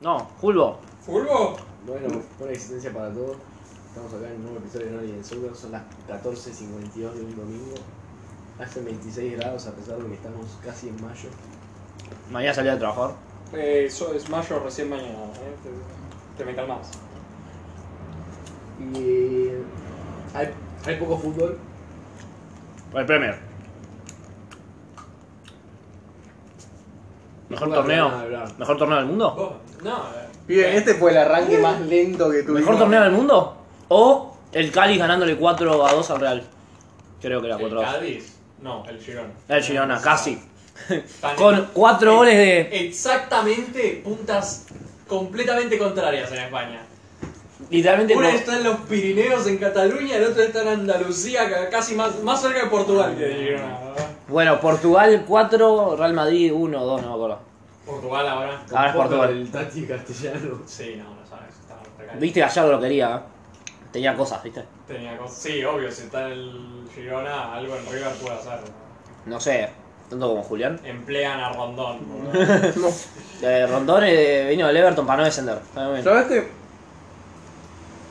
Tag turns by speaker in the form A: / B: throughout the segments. A: No, Julbo.
B: ¿Fulbo?
C: Bueno, buena existencia para todos. Estamos acá en un nuevo episodio de Nori en Sur. Son las 14.52 de un domingo. Hace 26 grados a pesar de que estamos casi en mayo.
A: Mañana salí a trabajar.
B: Eh, eso es mayo recién mañana, ¿eh? Te, te me calmas.
C: Y eh, hay, hay poco fútbol.
A: El Premier. Mejor
C: Juega
A: torneo.
C: Real Madrid.
A: ¿Mejor torneo del mundo?
B: Vos, no, eh,
D: Pibe, este fue el arranque más lento que tuvimos.
A: ¿Mejor torneo del mundo? ¿O el Cáliz ganándole 4 a 2 al Real? Creo que era
B: el
A: 4 a 2.
B: Cádiz. No, el Girona.
A: El Girona, casi.
B: Tan-
A: Con 4 goles de.
B: Exactamente puntas completamente contrarias en España.
A: Literalmente.
B: Una
A: no-
B: está en los Pirineos en Cataluña, el otro está en Andalucía, ca- casi más, más cerca de Portugal que de Girona. ¿verdad?
A: Bueno, Portugal 4, Real Madrid 1, 2, no me acuerdo.
B: Portugal ahora.
A: Ahora es
C: Con poco
A: Portugal.
C: del Tati castellano.
B: Sí, no, no sabes. Está recal-
A: Viste, Gallardo lo quería. ¿eh? Tenía cosas, ¿viste?
B: Tenía cosas. Sí, obvio, si está el Girona, algo en River puede hacer. ¿no?
A: No sé, tanto como Julián.
B: Emplean a Rondón. ¿verdad?
A: Eh, Rondón eh, vino del Everton para no descender. Está muy bien.
D: ¿Sabes qué?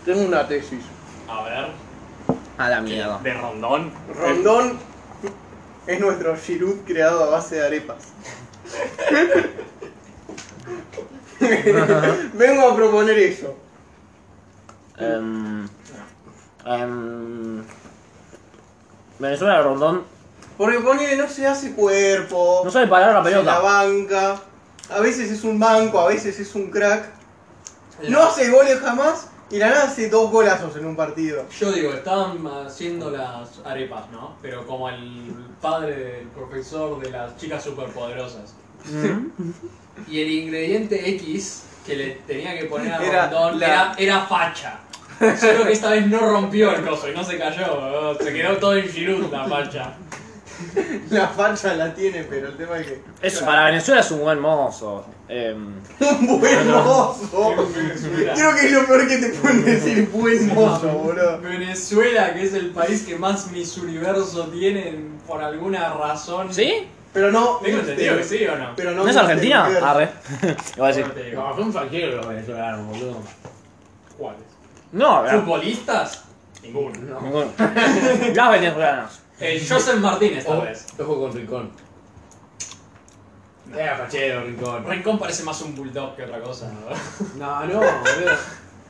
D: Tengo una tesis.
B: A ver.
A: A la mierda.
B: De Rondón.
D: Rondón es nuestro Giroud creado a base de arepas. Vengo a proponer eso.
A: Em, em, Venezuela Rondón.
D: Porque pone no se hace cuerpo,
A: No sabe parar la
D: se la
A: pelota.
D: banca, a veces es un banco, a veces es un crack. No hace goles jamás y la nada hace dos golazos en un partido.
B: Yo digo, estaban haciendo las arepas, ¿no? Pero como el padre del profesor de las chicas superpoderosas. Y el ingrediente X que le tenía que poner a
D: Era
B: Rondón
D: la-
B: era, era facha. Solo que esta vez no rompió el coso y no se cayó, ¿no? se quedó todo en Giroud la facha.
D: La facha la tiene, pero el tema es que.
A: Es, para Venezuela es un buen mozo. Em,
D: ¡Un buen mozo!
B: Venezuela.
D: Creo que es lo peor que te pueden decir, buen mozo, boludo.
B: Venezuela, que es el país que más mis universo tienen por alguna razón.
A: ¿Sí?
D: Pero no. este,
B: Tengo entendido que sí o no.
D: Pero no,
A: ¿No es Argentina? Ah.
D: Mister Universo.
A: Arre. Iba a
B: Ahora
A: decir.
B: te digo,
C: fue un faquero los venezolanos, boludo.
B: ¿Cuáles?
A: No, la-
B: ¿Futbolistas? Ninguno.
A: ninguno. Las venezolanas.
B: Eh, Joseph Martínez,
C: Oh.
B: tal vez.
C: Ojo con Rincón. Era fachero, Rincón.
B: Rincón parece más un bulldog que otra cosa, ¿no?
C: No, no,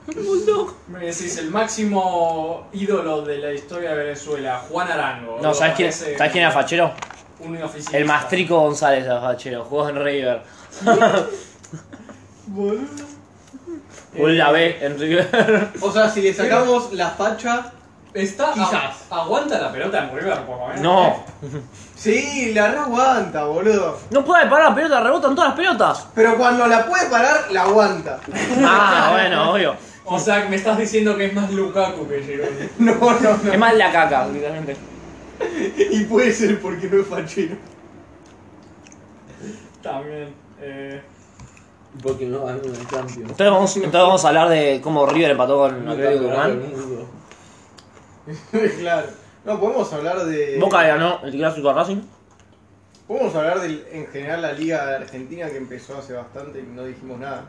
C: boludo.
B: Me decís, el máximo ídolo de la historia de Venezuela, Juan Arango.
A: No, ¿sabes quién,
B: Parece
A: ¿sabes quién era fachero?
B: Un oficinista.
A: El Mastrico González era fachero. Jugó en River.
B: Boludo.
A: Jugó en la B en River.
D: O sea, si le sacamos la facha.
B: Está.
D: Quizás.
B: a- aguanta la pelota en River, por lo menos.
A: No.
D: Sí, la re aguanta, boludo.
A: No puede parar la pelota, rebotan todas las pelotas.
D: Pero cuando la puede parar, la aguanta.
A: Ah, bueno, obvio.
B: O sea, me estás diciendo que es más Lukaku que Giroud.
D: No, no, no.
A: Es más la caca, literalmente.
D: Y puede ser porque no es fachero.
B: También. Eh,
C: Porque no ganó el Champions.
A: Entonces vamos, entonces vamos a hablar de cómo River empató con Atlético Tucumán.
C: mundo.
D: claro. No, podemos hablar de.
A: Boca ganó el clásico a Racing.
D: Podemos hablar del, en general la Liga de Argentina que empezó hace bastante y no dijimos nada.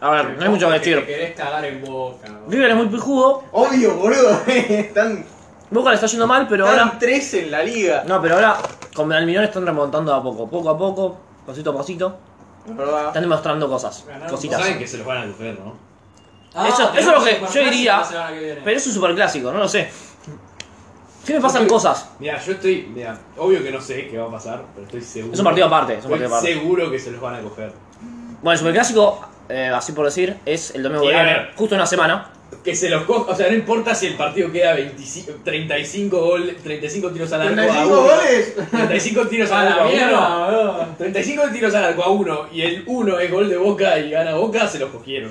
A: A ver, no hay mucho que
B: Te
A: decir.
B: querés cagar en boca. ¿no?
A: River es muy pijudo.
D: Obvio, boludo. Están,
A: Boca le está yendo mal, pero
D: están
A: ahora.
D: tres en la Liga.
A: No, pero ahora con Almirón están remontando a poco, poco a poco, pasito a pasito.
D: La verdad.
A: Están demostrando cosas,
B: Ganaron.
A: cositas.
C: Saben que se los van a coger, ¿no?
A: Eso- Ah, eso es lo
B: tenemos
A: que
B: el Superclásico
A: yo diría,
B: la semana que viene.
A: Pero es un superclásico, no lo sé. Sí me pasan cosas.
C: Mira, yo estoy. Mira, obvio que no sé qué va a pasar, pero estoy seguro.
A: Es un partido aparte, es un
C: Estoy
A: partido aparte.
C: seguro que se los van a coger.
A: Bueno, el superclásico, eh, así por decir, es el domingo que
C: Y a
A: viene,
C: ver.
A: justo en una semana.
C: Que se los coja. O sea, no importa si el partido queda 25, 35 goles, 35 tiros al arco a
D: 35
C: uno.
D: goles.
C: 35 tiros
B: A
C: al arco
B: la
C: a uno.
B: mierda, boludo.
C: 35 tiros al arco a uno y el uno es gol de Boca y gana Boca, se los cogieron.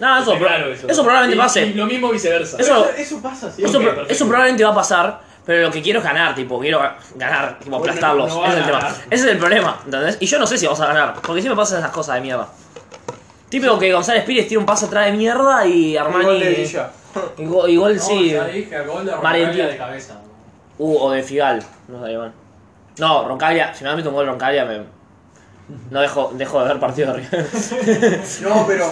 A: Nada, eso,
C: Es raro eso.
A: eso probablemente
C: Y- Y
A: pase.
C: lo mismo viceversa.
A: Eso-
D: Eso, eso pasa siempre.
A: Eso,
C: ok,
A: pro-
C: perfecto.
A: eso probablemente va a pasar, pero lo que quiero es ganar, tipo, quiero ga- ganar, tipo,
C: Bueno,
A: aplastarlos.
C: no van
A: ese es el
C: a
A: tema.
C: ganar.
A: Ese es el problema, ¿entendés? Y yo no sé si vamos a ganar, porque siempre pasan esas cosas de mierda. Típico que González Pires tira un paso atrás de mierda y
D: Un
A: Armani.
D: gol de Villa.
A: Y go- y gol,
B: No,
A: sí.
B: ya dije, gol de
A: Valentín.
B: Rocavia de cabeza.
A: Uh, o de Figal, no estaría mal. No, Roncaglia, si me han visto un gol de Roncaglia me. No dejo, dejo de ver partido de River.
D: No, pero.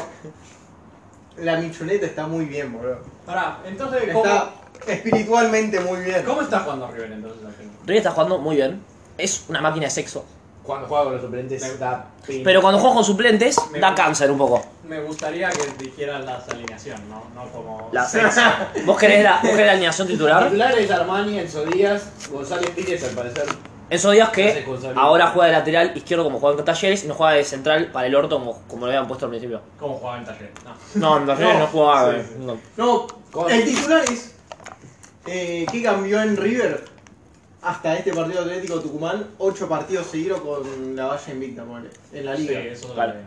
D: La michoneta está muy bien, boludo.
B: Pará, entonces, ¿cómo,
D: Está espiritualmente muy bien.
B: ¿cómo está jugando River entonces Argentina?
A: River está jugando muy bien. Es una máquina de sexo.
E: Cuando juega con los suplentes está pin-
A: Pero cuando juega con suplentes,
B: Me-
A: da cáncer un poco.
B: Me gustaría que dijeran las alineaciones, ¿no? No como.
A: La ¿Vos querés la, vos querés la alineación titular?
E: Titulares Armani, Enzo Díaz, González Pires al parecer.
A: Esos días
E: Es
A: que
E: responsable.
A: ahora juega de lateral izquierdo como jugaba en Talleres y no juega de central para el orto como, como lo habían puesto al principio.
B: Como jugaba en Taller.
A: No,
B: No.
A: en Talleres no,
D: No.
A: jugaba.
E: Sí,
A: eh, no.
D: No,
E: Con-
D: el titular es. Eh, ¿Qué cambió en River hasta este partido Atlético Tucumán? Ocho partidos seguidos con la valla invicta, ponele, en la
B: Sí,
D: liga.
B: eso es
A: Claro.
B: lo que-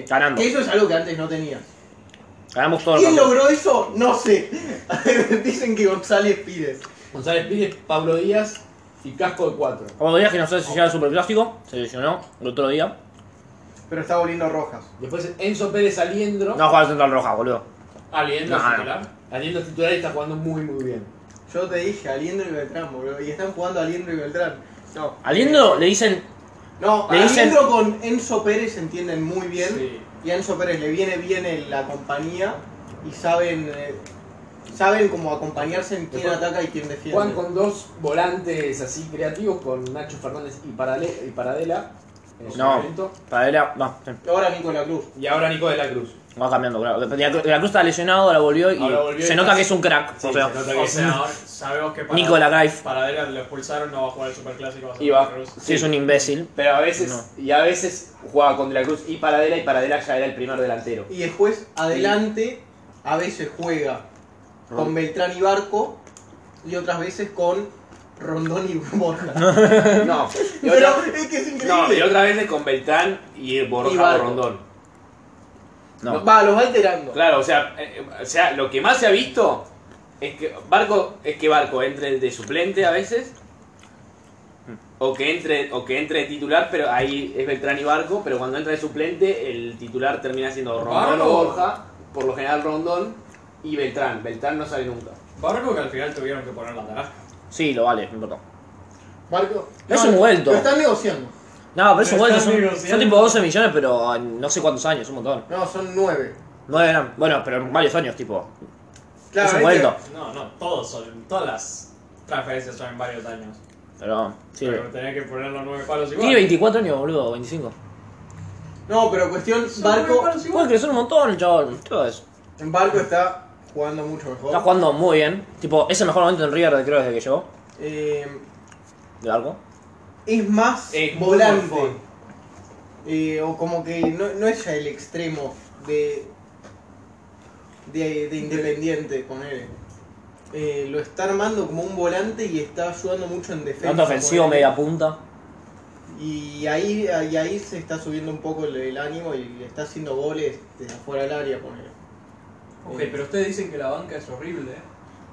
D: Eh,
A: Ganando.
D: que eso es algo que antes no tenía.
A: Ganamos todos los
D: ¿Quién
A: partidos.
D: logró eso? No sé. Dicen que González Pires.
E: González Pires, Pablo Díaz y Casco de 4.
A: Como días que no sé si llega el superplástico, se lesionó el otro día.
D: Pero está volviendo rojas.
E: Después Enzo Pérez Aliendro.
A: No juega de central roja, boludo.
B: Aliendo
A: No, no.
B: titular.
E: Aliendro es titular y está jugando muy muy bien.
D: Yo te dije, Aliendro y Beltrán, boludo. Y están jugando Aliendro y Beltrán. No.
A: Aliendo le dicen
D: No,
A: Le dicen-
D: Aliendro con Enzo Pérez se entienden muy bien.
B: Sí.
D: Y a Enzo Pérez le viene bien en la compañía. Y saben. eh, saben cómo acompañarse en quién
E: Después-
D: ataca y quién defiende.
E: Juan con dos volantes así creativos, con Nacho Fernández y, Parale- y Paradela. en su
A: No.
E: momento.
A: para él, no, sí,
D: Ahora Nicola Cruz.
E: Y ahora Nico de la Cruz.
A: va cambiando, claro. De la Cruz- de la Cruz está lesionado, ahora volvió y
E: Ahora volvió
A: se
E: y
A: nota
E: está-
A: que es un crack.
E: Sí,
A: o sea,
E: se nota que-
B: O sea, ahora sabemos que para.
A: Nico de la Cruyff,
B: Paradela lo expulsaron, no va a jugar el superclásico. va a ser
E: Y va.
B: Cruz.
A: sí. es un imbécil.
E: Pero a veces, y a veces jugaba con De la Cruz y Paradela, y Paradela ya era el primer delantero.
D: Y después, adelante, a veces juega con Beltrán y Barco. Y otras veces con Rondón y Borja.
E: No, y otra,
D: Pero es que es increíble.
E: no, y otra vez con Beltrán y Borja
D: Y Barco.
E: Rondón.
A: No.
D: Va, los va alterando.
E: Claro, o sea, eh, eh, o sea, lo que más se ha visto es que Barco es que Barco entre de suplente a veces o que entre o que entre de titular, pero ahí es Beltrán y Barco, pero cuando entra de suplente el titular termina siendo Rondón
B: Barco.
E: o Borja, por lo general Rondón y Beltrán, Beltrán no sale nunca.
B: Barco que al final tuvieron que poner la naranja.
A: Sí, lo vale, no importa.
D: Barco.
A: Es un vuelto.
D: Lo están negociando.
A: No, pero es un
B: Pero
A: vuelto,
B: están
A: son,
B: negociando.
A: son tipo 12 millones, pero en no sé cuántos años, un montón.
D: No, son nueve.
A: No eran, bueno, pero en varios años, tipo.
D: Claro,
A: es un
D: ¿viste?
A: vuelto.
B: No, no, todos son. Todas las transferencias son en varios años.
A: Pero, sí.
B: Pero tenés que poner los nueve palos igual.
A: Tiene 24 años, boludo, 25.
D: No, pero cuestión,
B: Son nueve
D: Barco,
B: palos
A: Igual
B: igual.
A: crecer un montón, chaval. Todo eso.
D: Barco está jugando mucho
A: Está
D: mejor.
A: jugando muy bien. Tipo, es el mejor momento en River, creo, desde que llegó.
D: Eh,
A: De algo.
D: es más
E: Es muy
D: volante.
E: buen
D: Eh, o como que no, no es ya el extremo de, de, de Independiente, ponele. Eh, lo está armando como un volante y está ayudando mucho en defensa.
A: Tanto ofensivo,
D: ponele.
A: media punta.
D: Y ahí, y ahí se está subiendo un poco el, el ánimo y está haciendo goles desde afuera del área, ponele.
B: Ok, pero ustedes dicen que la banca es horrible, ¿eh?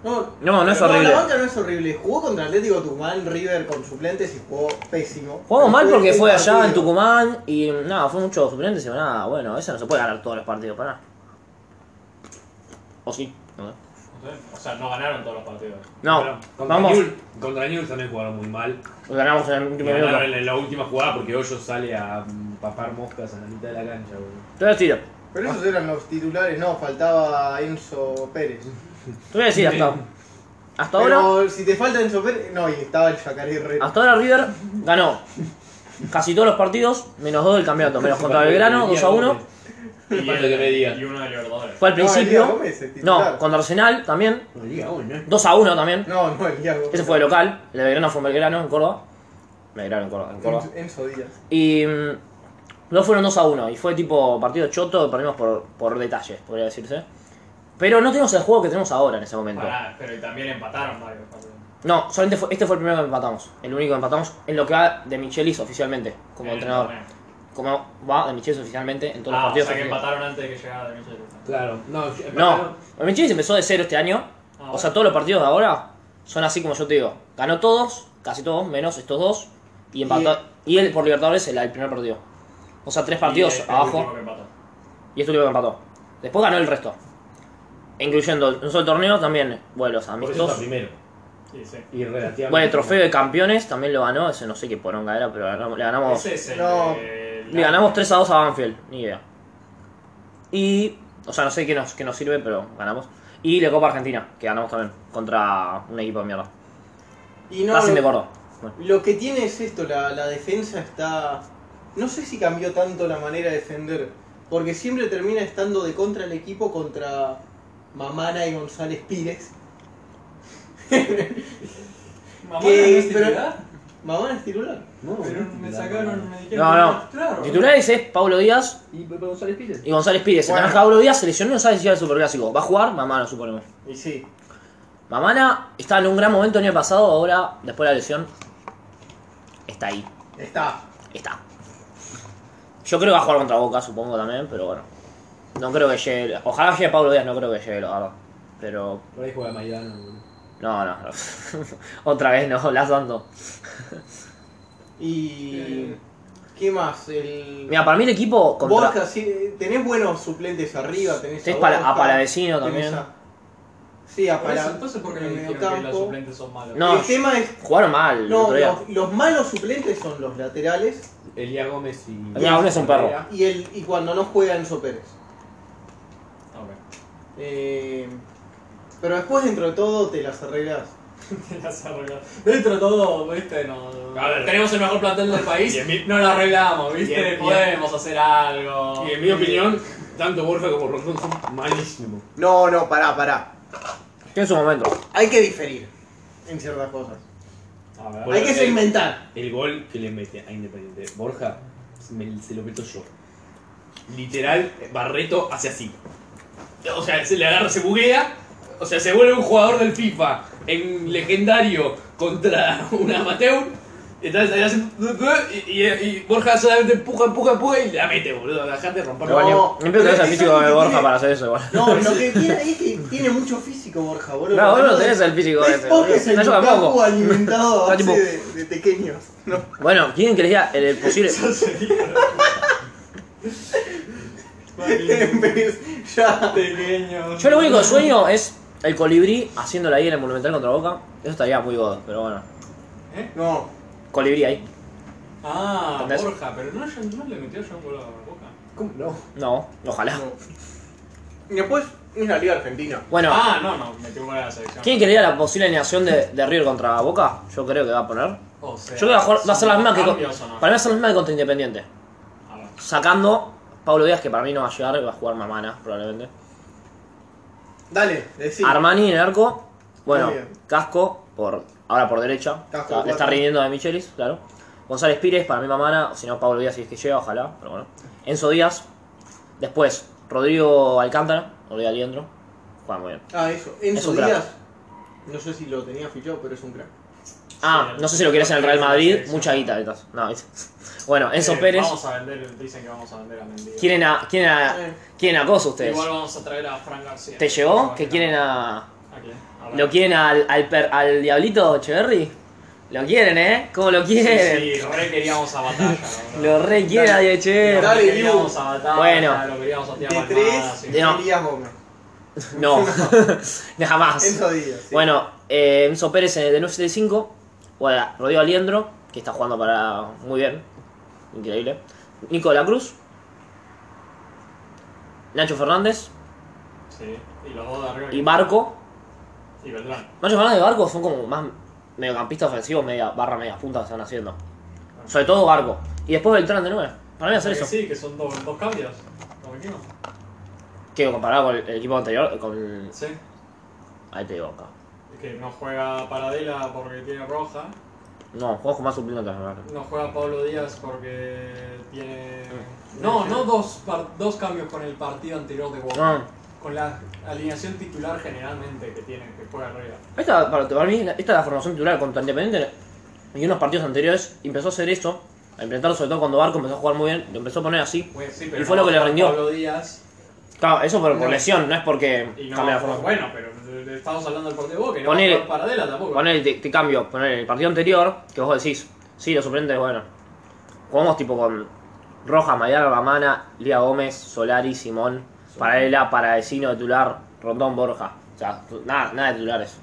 D: No,
A: No, no es
D: pero
A: horrible.
D: La banca no es horrible. Jugó contra Atlético Tucumán, River con suplentes y jugó pésimo.
A: Jugamos mal
D: Pero
A: porque
D: un
A: fue allá en
D: partido.
A: Tucumán y nada, fue mucho suplentes y nada, bueno, ese no se puede ganar todos los partidos, para. O sí, no sé.
B: No sé. O sea, no ganaron todos los partidos.
A: No,
C: Bueno, contra
A: vamos,
C: Newell- contra Newell también jugaron muy mal.
A: ganamos en el
C: Y
A: último minuto.
C: ganaron en la última jugada porque Hoyos sale a mm, papar moscas en la mitad de la cancha, boludo.
A: Te voy a decir,
D: Pero esos eran los titulares, no, faltaba Enzo Pérez.
A: te voy a decir hasta. Hasta
D: Pero
A: ahora,
D: si te falta Enzo Pérez. No, y estaba el Yacaré Herrera.
A: hasta ahora River ganó casi todos los partidos, menos dos del campeonato, menos contra Belgrano, 2 a 1.
C: Y es lo que me diga.
B: Y uno de Libertadores.
A: Fue al
D: No, Elías
A: principio.
D: Gómez, el
A: No,
D: titular.
A: contra Arsenal también,
C: No ¿eh? diga vos, ¿no?
A: 2 a 1 también.
D: No, no, Elías Gómez.
A: Ese fue de local, el de Belgrano fue en Belgrano, en Córdoba. Belgrano, en Córdoba, en Córdoba.
D: Enzo- Enzo Díaz.
A: Y mm, no fueron 2 a 1. Y fue tipo partido choto, perdimos por, por detalles, podría decirse. Pero no tenemos el juego que tenemos ahora en ese momento.
B: Pará, pero y también empataron varios partidos.
A: No, solamente fue- este fue el primero que empatamos. El único que empatamos en lo que va de Michelis oficialmente, como
B: En el
A: entrenador.
B: torneo.
A: Como va de Michelis oficialmente en todos
B: Eh, Ah,
A: los
B: o
A: partidos.
B: sea que
A: oficiales.
B: empataron antes de que llegara de Michel.
C: Claro, no,
A: no, Michelis empezó de cero este año. O
B: Ah,
A: sea,
B: bueno.
A: todos los partidos de ahora son así como yo te digo. Ganó todos, casi todos, menos estos dos. Y empató. Y él por Libertadores el, el primer partido. O sea, tres partidos
B: Y este
A: abajo.
B: último que empató.
A: Y esto lo que empató. Después ganó el resto. Incluyendo un solo torneo también vuelos
C: Por eso está
A: amistosos.
C: primero.
B: Sí, sí.
C: Y relativamente.
A: Bueno, el trofeo de campeones también lo ganó, ese no sé qué poronga era, pero ganamos- le ganamos.
B: Ese es el,
D: No.
B: el-
A: Le ganamos 3 a 2 a Banfield, ni idea. Y. O sea, no sé qué nos, qué nos sirve, pero ganamos. Y la Copa Argentina, que ganamos también, contra un equipo de mierda.
D: Y no,
A: Racing de
D: lo,
A: Córdoba. Bueno,
D: lo que tiene es esto, la, la defensa está... No sé si cambió tanto la manera de defender, porque siempre termina estando de contra el equipo contra Mamana y González Pires.
B: Mamá,
D: Que-
B: ¿no es
D: pero-
B: titular?
D: Mamana es titular.
C: No,
B: Pero
C: no,
B: me
C: la-
B: sacaron,
A: No,
B: me dijeron. que
A: no.
B: era Claro.
A: Titulares es Pablo Díaz
C: ¿Y Pepe González Pires?
A: y González Pires. Se
D: Bueno.
A: trabaja Pablo Díaz, se lesionó y no sabe si llega al Superclásico. ¿Va a jugar? Mamá, no suponemos.
D: Y sí,
A: Mamana estaba en un gran momento el año pasado, ahora, después de la lesión, está ahí.
D: está.
A: Está. Yo creo que va a jugar contra Boca, supongo también, pero bueno. No creo que llegue. Ojalá llegue Pablo Díaz, no creo que llegue, la verdad. Pero.
C: Por ahí juega Maidana, boludo.
A: No, no. Otra vez no, las dando.
D: Y... ¿Qué más? El...
A: Mira, para mí el equipo contra.
D: Borja, sí, tenés buenos suplentes arriba, tenés
A: Tenés
D: a
A: para-
D: Borja,
A: a Palavecino
D: tenés
A: también.
D: a- Sí, a
B: Por eso,
D: Palavecino.
B: entonces, ¿por qué me dijeron que los suplentes son malos?
A: No,
D: el tema es...
A: Jugaron mal el
D: No,
A: otro día.
D: los, los malos suplentes son los laterales
C: Elías Gómez y.
A: Elías Gómez es un perro.
D: y, el, y cuando no juega Enzo Pérez.
B: Ok.
D: Eh, pero después, dentro de todo, te las arreglas.
B: Te las arreglas. Dentro de todo, viste, no.
C: A ver.
B: Tenemos el mejor plantel del
C: Y
B: país,
C: en mi-
B: no lo arreglamos, viste,
C: Y en- y en-
B: podemos hacer algo.
C: Y en mi opinión, tanto Borja como Rondón son malísimos.
D: No, no, pará, pará.
A: Tiene su momento.
D: Hay que diferir en ciertas cosas.
B: A ver.
C: Bueno,
D: Hay que
C: eh,
D: segmentar.
C: El gol que le mete a Independiente Borja se, me- se lo meto yo. Literal, Barreto hace así. O sea, se le agarra, se buguea. O sea, se vuelve un jugador del FIFA en legendario contra un amateur. Entonces ahí hace- y, y- y Borja solamente empuja, empuja, empuja y la mete, boludo. Dejate de romper.
A: Igual,
D: No,
A: ni- ni pedo que
D: pero
A: tenés el
D: eso
A: físico
D: es lo
A: de
D: que
A: Borja
D: tiene-
A: para hacer eso igual.
D: No, lo que tiene es que tiene mucho físico Borja, boludo.
A: No, vos no tenés el físico
D: Es
A: ese,
D: porque
A: boludo.
D: es el
A: No, yo tampoco.
D: Lukaku alimentado a
A: Ah, tipo-
D: base de, de pequeños. No.
A: Bueno, ¿quieren que les diga el, el posible?
D: Empezó- ya.
B: Pequeño.
A: Yo lo único que sueño es el colibrí haciendo la en el Monumental contra Boca. Eso estaría muy godo, pero bueno.
B: ¿Eh?
D: No.
A: Colibrí ahí.
B: Ah,
A: ¿Entendés?
B: Borja, pero no, no le metió yo un gol a Boca.
C: ¿Cómo? No.
A: No, ojalá.
D: no. Y después es la Liga Argentina.
A: Bueno,
B: Ah, no, no, metió un gol a la selección.
A: ¿quieren que le diga la posible alineación de, de River contra Boca? Yo creo que va a poner.
B: O sea,
A: Yo creo que va a, jugar- va a ser la misma que. con-
B: cambios o no? Ah,
A: Para mí va a ser la misma que contra Independiente.
B: A ver.
A: Sacando Pablo Díaz, que para mí no va a llegar, va a jugar Mamana, probablemente.
D: Dale, decí.
A: Armani en el arco. Bueno,
D: Muy bien.
A: Casco, por ahora por derecha.
D: Casco,
A: Está- le
D: cuatro.
A: está rindiendo a Michelis, claro. González Pires, para mí Mamana, o si no, Pablo Díaz, si es que llega, ojalá, pero bueno. Enzo Díaz. Después, Rodrigo Alcántara, Rodrigo Aliendro. Juega muy bien.
D: Ah, eso. Enzo
A: un crack.
D: Díaz. No sé si lo tenía fichado, pero es un crack.
A: Ah,
B: Sí,
A: no sé si lo querés en el Real Madrid,
B: sí.
A: mucha guita detrás. No, ¿viste? Bueno, Enzo
B: Eh,
A: Pérez.
B: Vamos a vender, dicen que vamos a vender a Mendigo.
A: Quieren a. Quieren a.
D: Eh,
A: Quieren a Coso ustedes.
B: Igual vamos a traer a Fran García.
A: ¿Te
B: Vamos
A: llegó?
B: a
A: ¿Que
B: ver.
A: quieren a.
B: ¿A quién? A ver.
A: ¿Lo quieren al, al, per- al Diablito Echeverry? Lo quieren, ¿eh? ¿Cómo lo quieren?
B: Sí, sí, re queríamos a batalla. la verdad.
A: Lo requiere a
D: Dale.
A: Diacher.
D: Dale,
B: Lo queríamos a batalla,
A: Bueno.
B: lo queríamos a Tía
D: de
B: Palmada,
D: tres,
B: sí.
A: de- no.
D: Elías Gómez.
A: No, jamás.
D: Enzo Díaz. sí.
A: Bueno, eh, Enzo Pérez en el de 975. Bueno, Rodrigo Aliendro, que está jugando para muy bien. Increíble. Nico de la Cruz. Nacho Fernández
B: Sí, y los dos de arriba.
A: y Barco.
B: y Beltrán.
A: Nacho Fernández y Barco son como más mediocampistas ofensivos, media, barra media punta que están haciendo. Sobre todo Barco. Y después Beltrán de 9. Para mí va a ser
B: Que
A: eso.
B: Sí, que son dos, dos cambios. Tranquilo.
A: Que comparado con el equipo anterior, con.
B: Sí.
A: Ahí te digo acá.
B: Que no juega Paradela porque tiene roja.
A: No, juegos con más suplentes, la verdad.
B: No juega Pablo Díaz porque tiene.
A: Ah.
B: No, no dos, par- dos cambios con el partido anterior de Boca.
A: No.
B: Con la alineación titular generalmente que tiene, que juega arriba.
A: Esta, para, para mí, esta es la formación titular contra Independiente. Y unos partidos anteriores empezó a hacer eso, a enfrentarlo sobre todo cuando Barco empezó a jugar muy bien, lo empezó a poner así.
B: Bueno, sí, pero
A: Y fue
B: no
A: lo que le
B: juega
A: rindió.
B: Pablo Díaz
A: Claro, eso por, por
D: No.
A: lesión, no es porque
B: y no
A: cambia la
B: juega-
A: formación.
B: Bueno, pero eh, estamos hablando del partido de Boca, que no
A: Ponele-
B: va a jugar Paradela tampoco.
A: Poner, te, te cambio, poner el partido anterior, que vos decís, sí, los suplentes, bueno. Jugamos tipo con Rojas, Maidana, Ramana, Lía Gómez, Solari, Simón, Paralela, Paradesino, titular, Rondón, Borja. O sea, nada, nada de titulares.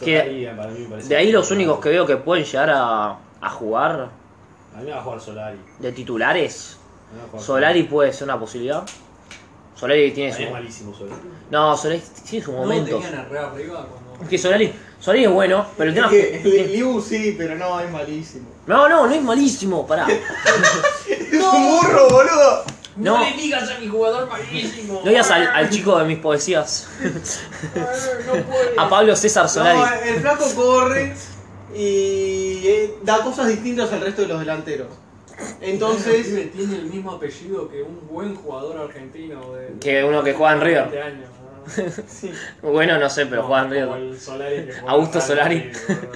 C: Yo
A: Que-
C: estaría, para mí me parece
A: De ahí
C: que-
A: los únicos que veo que pueden llegar a, a jugar
C: A mí me va a jugar Solari.
A: de titulares.
C: Me va a jugar
A: Solari puede ser una posibilidad. Solari tiene
C: Solari es
A: su.
C: malísimo Solari.
A: No, Solari tiene sus
B: No
A: momentos.
B: tenían a Re arriba cuando.
A: Es que Solari, Solari es bueno, pero el
D: Es
A: tema
D: que
A: es
D: el, el
A: que.
D: Ibu sí, pero no, es malísimo.
A: No, no, no es malísimo, pará.
D: ¡Es un burro, boludo!
A: No.
B: le digas a mi jugador malísimo.
A: No digas al, al chico de mis poesías,
B: No puede. eh.
A: a Pablo César Solari.
D: No, el flaco corre y eh, da cosas distintas al resto de los delanteros. Entonces,
B: Tiene- tiene el mismo apellido que un buen jugador argentino de.
A: Que uno que juega en River.
B: 20 años, ¿no?
D: sí.
A: Bueno, no sé, pero
B: No,
A: juega en
B: como
A: River.
B: el Solari que juega
A: Augusto
B: en Real
A: Solari.
B: Madrid, boludo.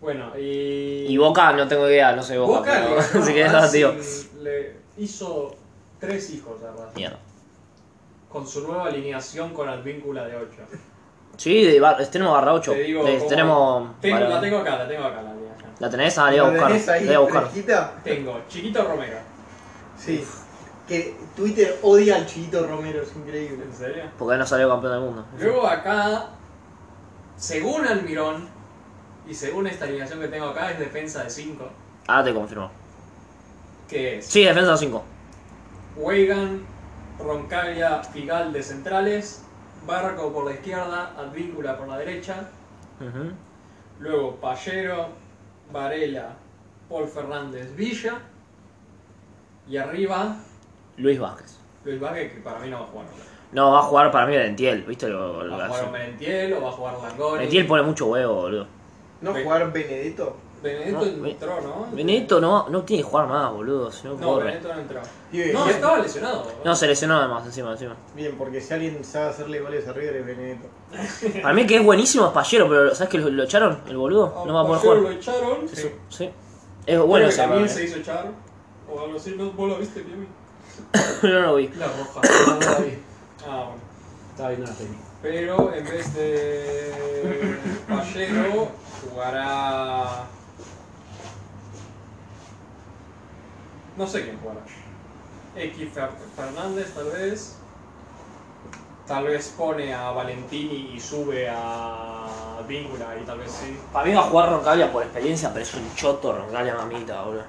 B: bueno, y.
A: Y Boca, no tengo idea, no soy Boca.
B: Boca le
A: pero-
B: ganó
A: así
B: a
A: que nada,
B: Racing,
A: tío.
B: Le hizo tres hijos a Racing.
A: Mierda.
B: Con su nueva alineación con Advíncula de 8.
A: Sí, de bar- tenemos Garraucho.
B: Te digo,
A: Eh,
B: ¿cómo?
A: tenemos.
B: Tengo,
A: para-
B: la tengo acá, la tengo acá la alineación.
A: ¿La tenés? Ah, le voy a
D: ¿La
A: buscar.
D: tenés ahí
A: le voy a buscar.
D: fresquita?
B: Tengo Chiquito Romero.
D: Sí. Que Twitter odia al Chiquito Romero, es increíble.
B: ¿En serio?
A: Porque no salió campeón del mundo.
B: Luego acá, según Almirón, y según esta alineación que tengo acá, es defensa de 5,
A: Ahora Ah, te confirmo.
B: que es
A: Sí, defensa 5.
B: Weigan, Roncaglia, Figal de centrales, Barco por la izquierda, Advíncula por la derecha, luego Pallero, Varela, Paul Fernández, Villa, y arriba
A: Luis Vázquez.
B: Luis Vázquez, que para mí no va a jugar. nunca.
A: No, va a jugar para mí Berentiel, ¿viste? Lo, lo-
B: Va a jugar Merentiel o va a jugar Langoni.
A: Berentiel pone mucho huevo, boludo.
D: ¿No
B: Ve-
D: jugar Benedetto?
B: Benedetto
A: No, Be-
B: entró, ¿no?
A: Benito no, no tiene que jugar más, boludo. Si no,
B: No,
A: corre.
B: Benedetto no entró.
D: Bien,
B: No,
D: bien.
B: estaba lesionado. boludo.
A: No, se lesionó además, encima, encima.
D: Bien, porque si alguien sabe hacerle goles a River es Benedetto.
A: Para mí el que es buenísimo es Pallero, pero ¿sabes que lo, lo echaron? El boludo. No va a poder
B: Pallero Lo
A: jugar.
B: echaron.
A: Sí. sí. Es bueno
B: Creo que
A: ese.
B: también
A: para
B: se
A: mí.
B: hizo echar. O algo así. ¿No, ¿Vos lo viste, Piemi?
A: no lo vi.
B: La roja. ah, bueno.
C: Estaba bien, nada, feliz.
B: Pero en vez de Pallero, jugará... No sé quién jugará. X Fer- Fernández, tal vez. Tal vez pone a Valentini y sube a Víncula y tal vez sí.
A: Para mí va a jugar Roncaglia por experiencia, pero es un choto Roncaglia mamita, boludo.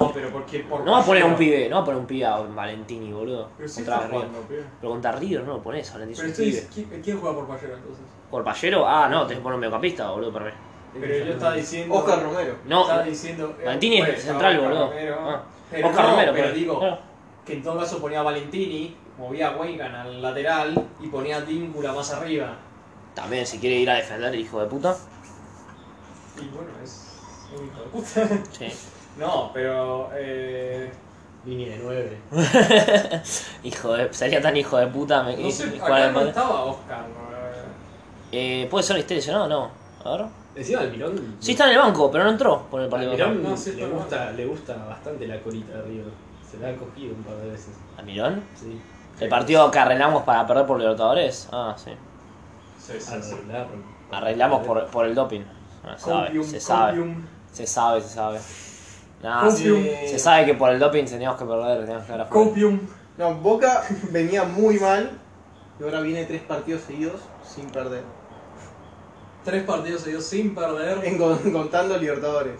B: No, pero porque por
A: No va a poner a un
B: Pallero.
A: pibe, no va a poner un pibe a Valentini, boludo.
B: Pero sí
A: Contra
B: está
A: River.
B: jugando, pibe.
A: Pero contra River no lo pones, Valentini es
B: Pero
A: un
B: estoy,
A: pibe.
B: ¿quién, quién juega por Pallero entonces?
A: ¿Por Pallero? Ah, no, tenés que poner un mediocampista, boludo, para mí.
B: Pero yo estaba diciendo.
D: Oscar Romero.
A: No,
B: Estaba diciendo. eh,
A: Valentini es
B: bueno, estaba
A: central,
B: Oscar
A: boludo.
B: Romero.
A: Ah,
B: Pero
A: Oscar
B: no,
A: Romero,
B: pero
A: pues.
B: digo
A: Claro.
B: que en todo caso ponía a Valentini, movía a Weigand al lateral y ponía a Díncula más arriba.
A: También, si quiere ir a defender el hijo de puta.
B: Y bueno, es un hijo de puta.
A: Sí.
B: No, pero. Eh,
C: Línea de 9.
A: Hijo de. Sería tan hijo de puta. Me,
B: no sé,
A: y- y jugar
B: acá
A: al
B: no
A: padre.
B: estaba Oscar. eh,
A: Eh, ¿Puede ser que esté lesionado o no? A ver.
C: Encima Almirón.
A: Sí, está en el banco, pero no entró por el partido.
C: Almirón
B: No, sí,
C: le,
B: está
C: gusta, le gusta bastante la colita de River. Se la ha cogido un par de veces.
A: ¿Almirón?
C: Sí.
A: El partido que arreglamos para perder por Libertadores. Ah, sí.
B: Sí, sí, sí.
C: Arreglaron.
A: Arreglamos por, por el doping. Ah, se sabe,
B: Compium,
A: se sabe,
B: Compium.
A: se sabe, se sabe.
D: Ah,
A: Nah,
B: Compium.
A: se, se sabe que por el doping teníamos que perder, teníamos que dar afuera.
B: Copium.
D: No, Boca venía muy mal y ahora viene tres partidos seguidos sin perder.
B: Tres partidos seguidos sin perder.
D: En- con- contando Libertadores.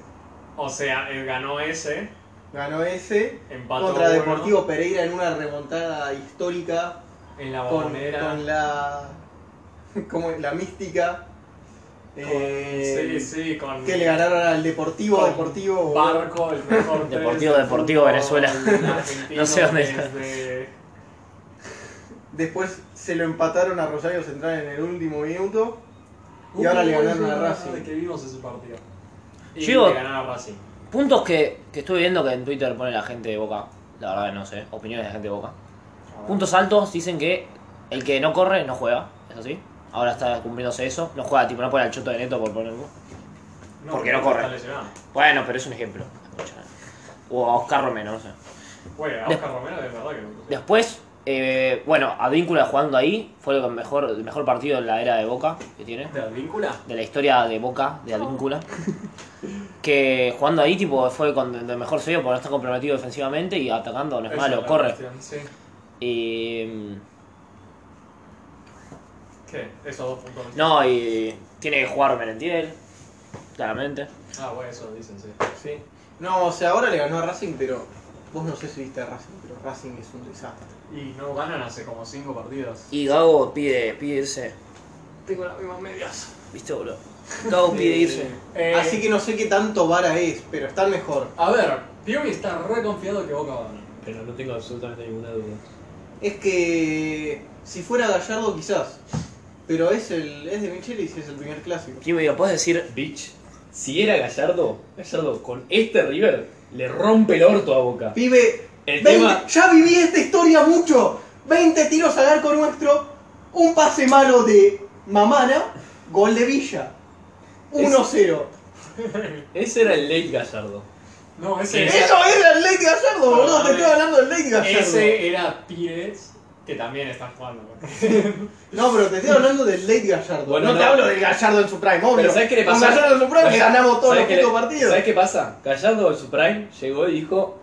B: O sea, él ganó ese.
D: Ganó ese
B: Empató
D: contra
B: uno.
D: Deportivo Pereira en una remontada histórica
B: En la
D: con,
B: bombonera.
D: con la como la mística eh,
B: sí, sí, con.
D: que le ganaron al Deportivo
B: con
D: Deportivo
B: Barco, el mejor. tres
A: Deportivo,
B: del
A: Deportivo
B: fútbol
A: Venezuela.
B: argentino
A: No sé dónde está.
B: desde-
D: después se lo empataron a Rosario Central en el último minuto Y ahora
B: Uy,
D: le ganaron
B: es
D: a
B: verdad
D: Racing.
B: que vimos ese partido. Y
A: Chivo.
B: le ganaron a Racing.
A: Puntos que, que estuve viendo que en Twitter pone la gente de boca. La verdad que no sé. Opiniones de la gente de boca. Puntos altos dicen que el que no corre no juega. Eso sí. Ahora está cumpliéndose eso. No juega, tipo, no pone al choto de neto por ponerlo. porque no corre.
B: está lesionado.
A: Bueno, pero es un ejemplo. O a Oscar Romero, no sé.
B: Bueno, a
A: De-
B: Oscar Romero de verdad que no.
A: Después, eh, bueno, Advíncula jugando ahí fue el mejor, el mejor partido en la era de Boca que tiene.
B: ¿De Advíncula?
A: De la historia de Boca, de Advíncula. Que jugando ahí, tipo, fue con el mejor sello porque no está comprometido defensivamente y atacando no es
B: Esa
A: malo,
B: la
A: corre. mm,
B: cuestión, sí.
A: Y, mm,
B: ¿Qué Sí, esos dos puntos.
A: No, y tiene que jugar Merentiel, claramente.
B: Ah, bueno, eso dicen, sí.
D: Sí. No, o sea, ahora le ganó a Racing, pero vos no sé si viste a Racing, pero Racing es un desastre.
B: Y no ganan hace como 5 partidos.
A: Y Gago pide, pide irse,
B: Tengo las mismas medias.
A: ¿viste, boludo? Gago pide irse.
B: Eh,
D: Así que no sé qué tanto vara es, pero está mejor.
B: A ver, Piumi está re confiado que Boca va a ganar.
C: Pero no tengo absolutamente ninguna duda.
D: Es que si fuera Gallardo quizás, pero es el es de Michelis y es el primer clásico.
A: Piumi, ¿lo puedes decir?
C: Bitch, si era Gallardo, Gallardo con este River le rompe el orto a Boca.
D: Pibe,
C: El
D: 20
C: tema-
D: ya viví esta historia mucho. 20 tiros al arco nuestro, un pase malo de Mamana, gol de Villa. 1-0.
C: Ese era el late Gallardo.
B: No, ese
C: Ese-
D: Eso era el Lady Gallardo,
B: No,
D: boludo. Te
B: eh.
D: estoy hablando del Lady Gallardo.
B: Ese era Pires, que también está jugando.
D: No, pero te estoy hablando del Lady Gallardo.
C: Bueno,
D: no, te
C: no.
D: hablo del Gallardo en su prime, obvio.
C: Pero ¿sabes qué le
D: Con
C: pasa?
D: Gallardo en su prime le ganamos todos los putos partidos.
C: ¿Sabes qué pasa? Gallardo en su prime llegó y dijo,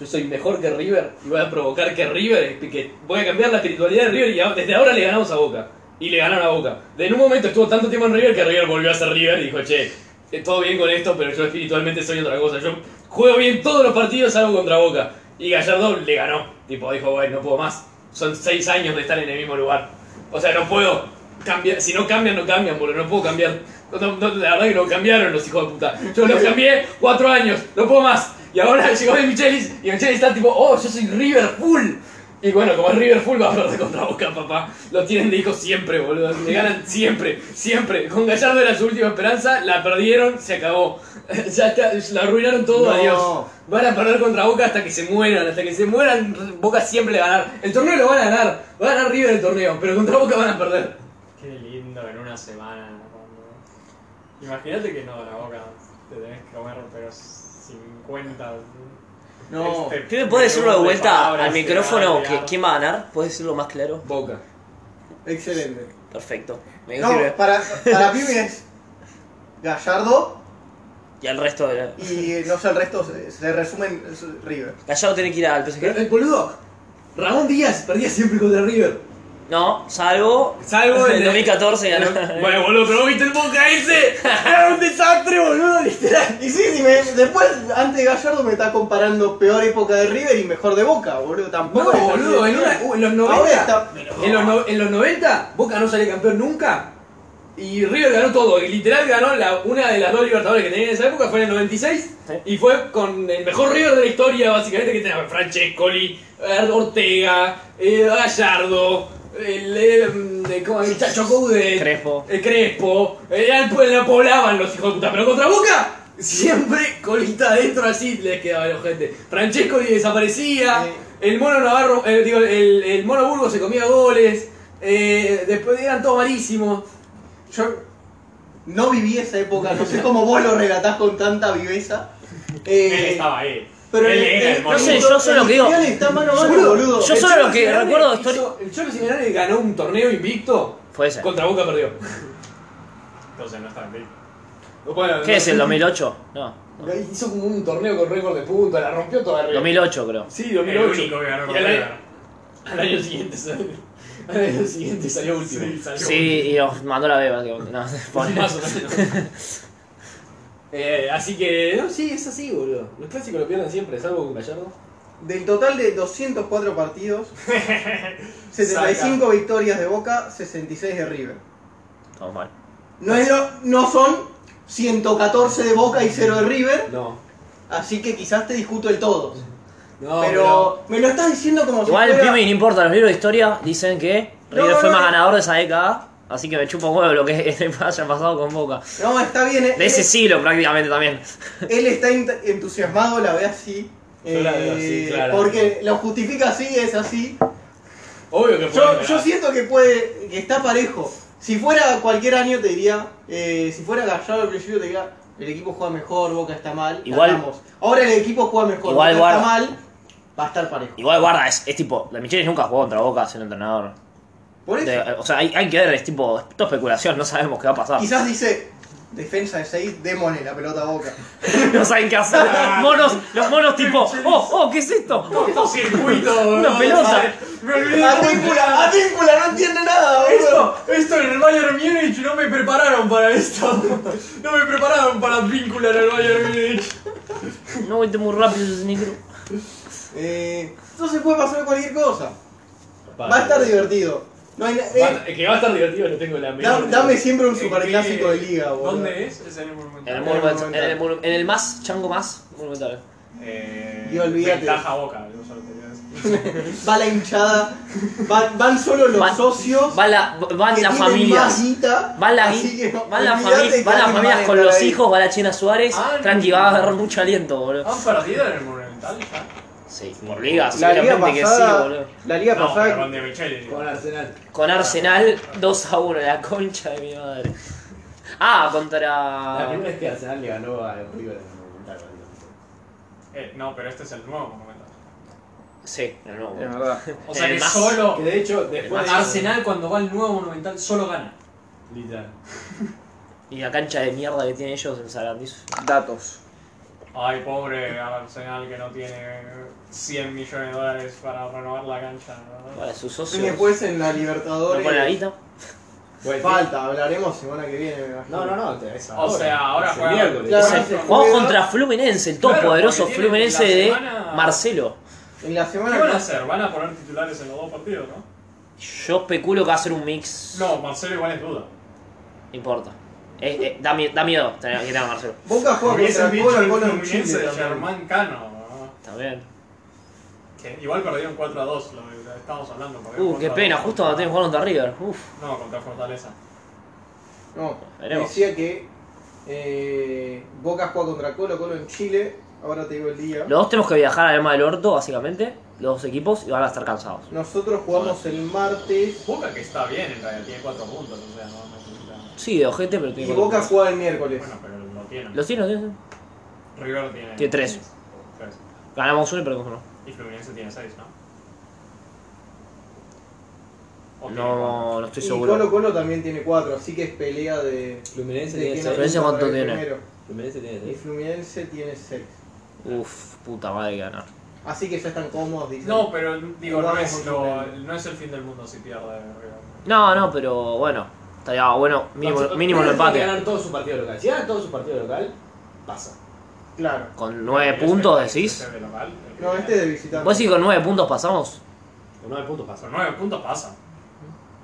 C: yo soy mejor que River y voy a provocar que River, que voy a cambiar la espiritualidad de River y a- desde ahora le ganamos a Boca. Y le ganaron a Boca. De en un momento estuvo tanto tiempo en River que River volvió a ser River y dijo, che, eh, todo bien con esto, pero yo espiritualmente soy otra cosa. Yo juego bien todos los partidos salvo contra Boca. Y Gallardo le ganó. Tipo, dijo, bueno, no puedo más. Son seis años de estar en el mismo lugar. O sea, no puedo cambiar. Si no cambian, no cambian, boludo. No puedo cambiar. No, no, no, la verdad que no cambiaron los hijos de puta. Yo los cambié cuatro años. No puedo más. Y ahora llegó de Michelis y Michelis está tipo, oh, yo soy River Full. Y bueno, como es River Full, va a perder contra Boca, papá. Lo tienen de hijo siempre, boludo. Le ganan siempre, siempre. Con Gallardo era su última esperanza, la perdieron, se acabó. ya está, la arruinaron todo,
D: No.
C: adiós. Van a perder contra Boca hasta que se mueran, hasta que se mueran, Boca siempre le va a ganar. El torneo lo van a ganar, va a ganar River el torneo, pero contra Boca van a perder.
B: Qué lindo en una semana. cuando- Imagínate que no, la boca te tenés que comer, pero 50.
D: No.
B: este,
A: Piumi, ¿puedes decirlo de
B: millón
A: vuelta
B: palabras
A: al
B: que
A: micrófono?
B: van a
A: que-
B: llegar?
A: ¿Quién va a ganar? ¿Puedes decirlo más claro?
C: Boca.
D: este, Excelente.
A: Perfecto. Me
D: No,
A: sirve.
D: para, para Pibe es Gallardo
A: Y al resto de la...
D: y eh, no sé, el resto se, se resume en es River.
A: Gallardo tiene que ir al PSG.
C: El Eh, boludo, Ramón Díaz perdía siempre contra River.
A: No, salvo...
C: Salvo el
A: el
C: de-
A: 2014 ganó.
C: Bueno, boludo, pero vos viste el Boca ese. Era un desastre, boludo, literal.
D: Y sí, si me- después, antes de Gallardo me está comparando peor época de River y mejor de Boca, boludo.
C: No,
D: Tampoco es así de
C: boludo, en, una-
D: bien.
C: uh, en los
D: Ahora
C: 90.
D: está-
C: En los, no- en los 90, Boca no salió campeón nunca. Y River ganó todo. Y literal ganó la- una de las dos Libertadores que tenía en esa época, fue en el 96.
A: Sí.
C: Y fue con el mejor River de la historia, básicamente, que tenía Francescoli, eh, Ortega, eh, Gallardo, el, eh, de- ¿cómo? el Chacho Coudet,
A: Crespo.
C: El Crespo. Eran, pues, la poblaban los hijos de puta. Pero contra Boca, siempre colita adentro así les quedaba el gente. Francescoli desaparecía.
D: Sí.
C: El mono Navarro, eh, digo, el, el mono Burgo se comía goles. eh, después eran todos malísimos.
D: Yo no viví esa época, no sé cómo vos lo relatás con tanta viveza.
B: Él
D: Eh,
B: estaba ahí.
D: Pero
B: él
D: el-
B: era
D: el-
B: el
A: no sé,
B: mono.
A: yo solo
D: el
A: que digo-
D: mundial está mano a mano,
C: Boludo,
D: boludo.
A: yo
C: el
A: solo
C: Cholo
A: lo que
C: Simeone
A: recuerdo
C: hizo-
A: histori-
C: El Cholo Simeone ganó un torneo invicto.
A: Fue ese.
C: Contra Boca perdió.
B: Entonces no está en
C: Bueno,
A: ¿Qué es el 2008? No.
C: Hizo como un torneo con récord de puntos, la rompió toda arriba.
A: 2008 creo.
C: Sí,
B: El
C: 2008.
B: único que ganó
C: Y
B: con
C: al,
B: River.
C: año, al año siguiente salió. Al año siguiente salió último.
B: Sí, salió
A: Sí, y nos mandó la beba. que- No, pone.
C: Más o menos. Eh, así que, no, sí, es así, boludo. Los clásicos lo pierden siempre, salvo con Gallardo.
D: Del total de 204 partidos, 75 victorias de Boca, 66 de River.
A: Todo mal.
D: No, es lo- no son 114 de Boca y 0 de River,
C: No.
D: así que quizás te discuto el todo.
C: No, pero.
D: pero me lo estás diciendo como
A: Igual,
D: si fuera...
A: Pimi, no importa, los libros de historia dicen que
D: No,
A: River fue
D: no,
A: más
D: no.
A: ganador de esa década, así que me chupa un huevo lo que haya pasado con Boca.
D: No, está bien.
A: De ese
D: él,
A: siglo prácticamente también.
D: él está ent- entusiasmado, la ve así. Eh,
C: Yo la veo así, claro.
D: Porque lo justifica así, es así.
C: Obvio que
D: Yo,
C: fue.
D: yo siento que puede, que está parejo. Si fuera cualquier año te diría, eh, si fuera Gallardo al principio te diría, el equipo juega mejor, Boca está mal,
A: Igual-
D: ganamos. Ahora el equipo juega mejor,
A: Igual
D: Boca está
A: guarda.
D: mal, va a estar parejo.
A: Igual, guarda, es, es tipo, la Michelis nunca jugó contra Boca siendo entrenador.
D: Por eso,
A: De- o sea, hay, hay que ver, es tipo, es toda especulación, no sabemos qué va a pasar.
D: quizás dice, defensa de 6, démosle la pelota a boca.
A: No saben qué hacer. Monos, los monos tipo, oh, oh, ¿qué es esto?
B: Circuito,
A: Una
B: boludo,
A: pelota.
B: Me olvidé de
D: Atíncula, Atíncula no entiende nada, boludo.
B: Esto, esto en el Bayern Múnich no me prepararon para esto. No me prepararon para vincular al Bayern Múnich.
A: No, vete muy rápido ese negro.
D: Eh, entonces puede pasar cualquier cosa. Va a estar divertido. No hay na- eh,
C: Va a- es que va a estar divertido, no tengo la
D: da-
C: menor.
D: dame siempre un
B: ¿En
D: superclásico
B: qué-
D: de liga, boludo.
B: ¿Dónde es? Es en el monumento.
A: En el, monumento- en, el, monu- en el más, chango más, monumental.
B: Eh,
D: Y olvídate.
B: Ventaja boca, yo solo quería decir.
D: Va la hinchada, van, van solo los
A: Van-
D: socios.
A: Van, la, van
D: que
A: las
D: tienen más
A: familias.
D: guita,
A: Van las,
D: así que no-
A: van las,
D: olvídate
A: fami-
D: que
A: van las
D: alguien va a
A: familias con
D: estar
A: los
D: ahí.
A: hijos, va la Chena Suárez.
B: Ah,
A: Tranqui, va a agarrar mucho aliento, boludo.
B: ¿Han perdido en el Monumental ya?
A: Sí, por liga,
D: La liga
A: seguramente que sí,
D: pasada,
A: boludo.
D: la liga
B: No, pero
D: pasada
B: con De Michele.
C: Con Arsenal.
A: Con Arsenal 2 a 1, la concha de mi madre. Ah, contra.
C: La primera vez que Arsenal le ganó a River en el Monumental. boludo.
B: Eh, no, pero este es el nuevo Monumental.
A: Sí, el nuevo.
D: Es verdad.
B: O sea
A: El
B: que
A: más-
B: solo.
C: Eh, Que de hecho, después. de-
B: Arsenal cuando va al nuevo Monumental solo gana.
C: Literal.
A: Y la cancha de mierda que tienen ellos en Sarandis.
D: Datos.
B: Ay, pobre Arsenal que no tiene 100 millones de dólares para renovar la cancha. ¿no?
A: Para sus
D: Y
A: socios.
D: después pues en la
A: ¿No ponen la
D: Libertadores.
A: guita? Pues,
C: Bueno,
D: Falta, hablaremos semana que viene, me imagino.
C: No, no, no, te- es
B: O sea, ahora
C: Es el
B: juegan-
C: miércoles.
D: Claro,
A: Sí.
D: ahora se
A: Jugamos
D: juega.
A: contra Fluminense, el todopoderoso
B: porque tienen
A: Fluminense
B: la
A: de
B: semana-
A: Marcelo.
D: En la
B: ¿Qué van a
D: semana.
B: hacer? ¿Van a poner titulares en los dos partidos, no?
A: Yo especulo que va a ser un mix.
B: No, Marcelo igual es duda.
A: No importa. Eh, eh, da, mie- da miedo tener que tener a Marcelo.
D: Boca juega
B: Hubiesen
D: contra
B: dicho
D: Colo
B: el
D: Colo en
B: Fluminense
D: Chile.
B: de
D: también.
B: Germán Cano, ¿no?
A: También.
B: Que igual perdieron 4 a 2, lo que estábamos hablando. perdieron
A: Uh, qué
B: 4 a
A: pena,
B: 2.
A: justo cuando tienen que jugar contra River. Uf,
B: No, contra Fortaleza.
D: No,
A: Veremos.
D: decía que eh, Boca juega contra Colo Colo en Chile. Ahora te digo el día.
A: los dos tenemos que viajar al alma del orto, básicamente. Los dos equipos y van a estar cansados.
D: Nosotros jugamos el martes
B: Boca que está bien en realidad, tiene 4 puntos, o sea, no necesita.
A: Sí, de ojete, pero
D: y
A: tiene cuatro
D: Boca
A: puntos.
D: juega el miércoles.
B: Bueno, pero lo tienen.
A: Los tiene, los tiene.
B: River tiene.
A: Tiene tres.
B: Tres.
A: Ganamos uno y perdimos uno.
B: Y Fluminense tiene 6, ¿no? O tiene cuatro.
A: No, no estoy
D: Y
A: seguro.
D: Colo Colo también tiene cuatro, así que es pelea de.
C: Fluminense
D: de
C: tiene
D: quién
C: seis.
A: Fluminense
D: apunta
A: cuánto
D: para el
A: tiene.
D: primero.
C: Fluminense tiene
D: Y
C: seis.
D: Fluminense tiene seis.
A: Uf, puta madre que ganar.
D: Así que ya están cómodos, dicen.
B: No, pero digo, no
D: Jugamos
B: es,
D: con
B: lo,
D: Fluminense.
B: no es el fin del mundo si pierde River.
A: No, no, pero bueno. Estaría bueno, mínimo,
C: Entonces,
A: mínimo el
C: River tiene que
A: empate.
C: ganar todo su partido local. Si gana todo su partido local, pasa.
D: Claro.
A: Con nueve puntos, decís.
B: Este de local, el
D: No,
B: que
D: este es
B: gana.
D: de visitante.
A: ¿Vos decís que con nueve puntos pasamos?
C: Con nueve puntos pasa.
B: Con 9 puntos pasa.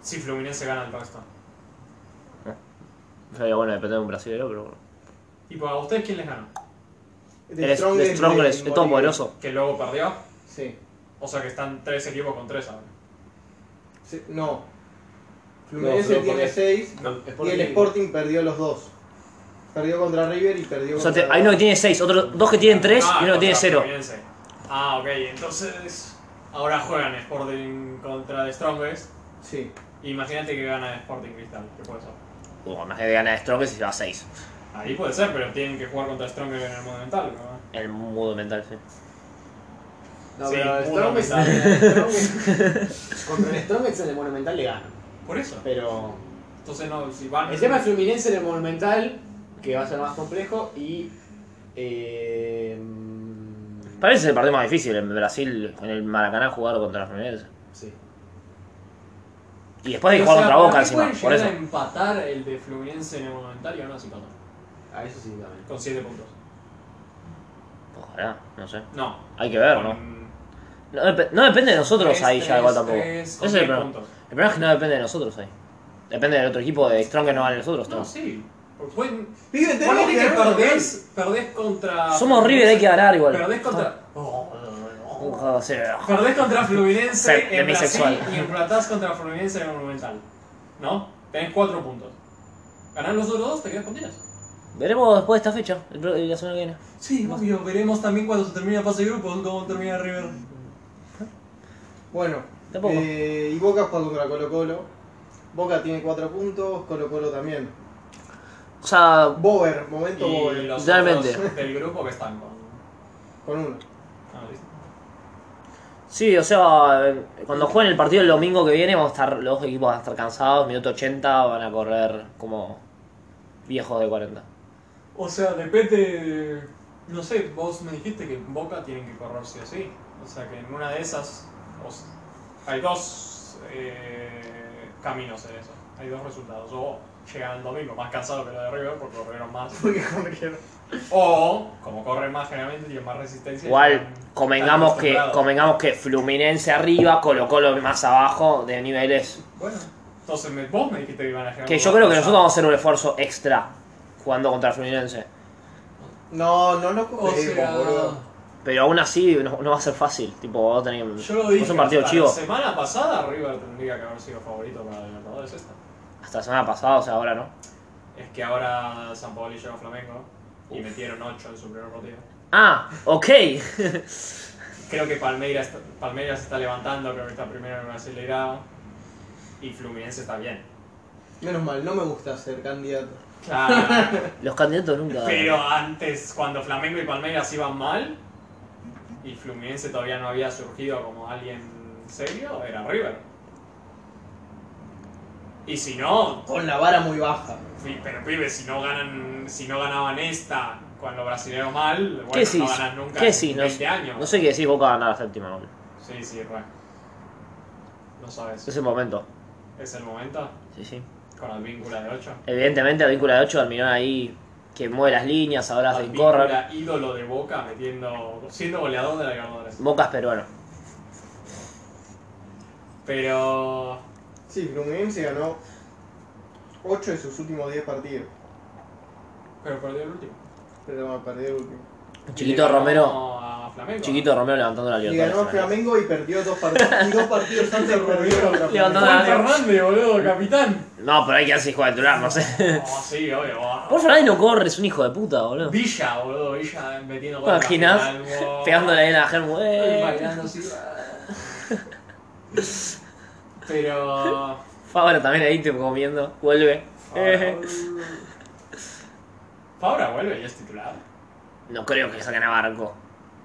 B: Si Fluminense gana el resto.
A: Sería eh, bueno, depende de un brasileño, pero bueno.
B: Tipo, ¿a ustedes quién les gana?
D: The
A: Eres
D: Strongest
A: de Strongest,
D: de
A: es todo
D: Bolivia.
A: poderoso.
B: Que luego perdió.
D: Sí.
B: O sea que están tres equipos con tres ahora.
D: Sí, No.
C: No,
D: Fluminense
C: solo
D: tiene
C: porque-
D: 6
C: No,
D: y
C: Sporting-
D: el Sporting perdió los dos. Perdió contra River y perdió
A: O sea, te-
D: contra...
A: hay uno que tiene seis, otros dos que tienen tres
B: Ah,
A: y uno que tiene
B: contra
A: cero.
B: Fluminense. Ah, ok, entonces. Ahora juegan Sporting contra The Strongest.
D: Sí.
B: Imagínate que gana Sporting Cristal. ¿Qué puede ser?
A: Bueno, más que gana de Strongest y se va a seis.
B: Ahí puede ser, pero tienen que jugar contra Strongest en el Monumental, ¿no?
A: El mudo mental, sí.
C: No,
B: Sí,
C: pero
B: uno
C: Strongest.
B: pasa.
C: Strongest- Contra el Strongest en el Monumental le gana.
B: Por eso.
C: Pero.
B: Entonces, no, si van.
C: El tema es Fluminense en el Monumental, que va a ser más complejo, y. Eh, mm,
A: Parece el partido más difícil en Brasil, en el Maracaná, jugar contra Fluminense.
C: sí.
A: Y después de
B: O
A: jugar
B: sea,
A: contra
B: ¿para
A: Boca
B: qué
A: encima,
B: pueden
A: por
B: llegar
A: eso.
B: a empatar el de Fluminense en el Monumental y aún así pasar.
C: A eso sí también.
B: Con 7 puntos.
A: Ojalá, no sé.
B: No.
A: Hay que ver, ¿no?
B: con
A: No, dep- no depende de nosotros
B: tres,
A: ahí ya
B: tres,
A: igual tampoco.
B: tres,
A: Ese
B: con
A: es el
B: diez
A: problema.
B: puntos.
A: El problema es que no depende de nosotros ahí. Depende del otro equipo, de Strong que no gane nosotros.
B: No,
A: todos.
B: sí. Porque Pueden,
D: Pibe, tenemos
B: Ponele
D: que
B: que
D: ganar los dos.
B: perdés, perdés contra.
A: Somos River, hay que ganar igual.
B: Ah, Perdés contra.
A: O sea,
B: Perdés contra
A: Ser
B: Fluminense en Brasil
A: demisexual.
B: y empatás contra Fluminense en el Monumental. ¿No? Tenés 4 puntos. Ganás los otros dos, te quedás con 10.
A: Veremos después de esta fecha, el pro- la semana que viene.
B: Sí, obvio. Veremos también cuando se termine la fase de grupos cómo termina River.
D: Bueno.
A: Tampoco.
D: eh, y Boca juega contra Colo Colo. Boca tiene 4 puntos, Colo Colo también.
A: O sea,
D: Bober, momento
B: Y
D: Bober.
B: los
A: Realmente.
B: otros del grupo que están con.
D: Con uno.
B: Ah, listo.
A: sí, o sea, eh, cuando jueguen el partido el domingo que viene, vamos a estar, los dos equipos van a estar cansados, minuto 80, van a correr como viejos de 40.
B: O sea, depende. No sé, vos me dijiste que en Boca tienen que correr sí o sí. O sea, que en una de esas. o s- hay dos eh, caminos en eso. Hay dos resultados. O llegan el domingo más cansado que lo de River porque corrieron más.
D: Porque corrieron.
B: O, como corren más generalmente, tienen más resistencia. y
A: Igual,
B: están-
A: convengamos
B: están
A: que,
B: acostumbrados.
A: convengamos que Fluminense arriba, Colo Colo más abajo, de niveles.
B: Bueno, entonces me- vos me dijiste que iban a llegar.
A: Que
B: más
A: yo creo que
B: cansados.
A: nosotros vamos a hacer un esfuerzo extra jugando contra Fluminense.
D: No, no lo
B: O
D: cogemos,
B: sea,
D: boludo.
A: Pero aún así no, no va a ser fácil. Tipo, vos tenés
B: yo lo dije.
A: Es un partido
B: hasta
A: chivo.
B: La semana pasada River tendría que haber sido favorito para la Libertadores esta.
A: Hasta la semana pasada, o sea, ahora no.
B: Es que ahora San Paolo llegó a Flamengo y metieron 8 en su primer partido.
A: Ah, ok.
B: Creo que Palmeiras, Palmeiras está levantando, creo que está primero en una acelerada. Y Fluminense está bien.
D: Menos mal, no me gusta ser candidato.
B: Claro.
A: Los candidatos nunca.
B: Pero antes, cuando Flamengo y Palmeiras iban mal, y Fluminense todavía no había surgido como alguien serio, era River. Y si no,
D: Con la vara muy baja.
B: Sí, pero pibes, si no ganan, si no ganaban esta con los brasileños mal, bueno,
A: ¿Qué sí?
B: no ganan nunca
A: ¿Qué
B: en
A: sí? No,
B: 20 años.
A: no sé qué decís, Boca va a ganar la séptima. boludo.
B: Sí, sí, re. No sabes.
A: Es el momento.
B: Es el momento
A: Sí, sí.
B: con la víncula de 8.
A: Evidentemente, la víncula de 8 al mirar ahí que mueve las líneas, ahora se incorre.
B: ídolo de Boca metiendo siendo goleador de la Libertadores.
A: Boca es peruano.
B: Pero
D: Sí, Fluminense ganó 8 de sus últimos 10 partidos.
B: pero perdió el último.
D: Pero vamos a perder el último.
A: Chiquito
B: Y le ganó
A: Romero.
B: a Flamengo.
A: Chiquito Romero levantando la
D: Y ganó a
A: libertad.
D: Flamengo y perdió dos partidos. y dos partidos antes perdió contra
A: Levantó
D: Flamengo.
A: la-
B: Juan Fernández, boludo, capitán.
A: No, pero hay que ver si juega titular, no sé.
B: Oh, sí, obvio. oh.
A: Vos Fernández no corres, un hijo de puta, boludo.
B: Villa, boludo, Villa metiendo
A: ¿Te imaginas?
B: Pegándole
A: Pegándole ahí en la Germu.
B: Estoy
A: Eh.
B: bailando así. Pero.
A: Fabra también ahí te comiendo. Vuelve.
B: Fabra,
A: Eh.
B: Fabra vuelve y es titular.
A: No creo que saquen a Barco.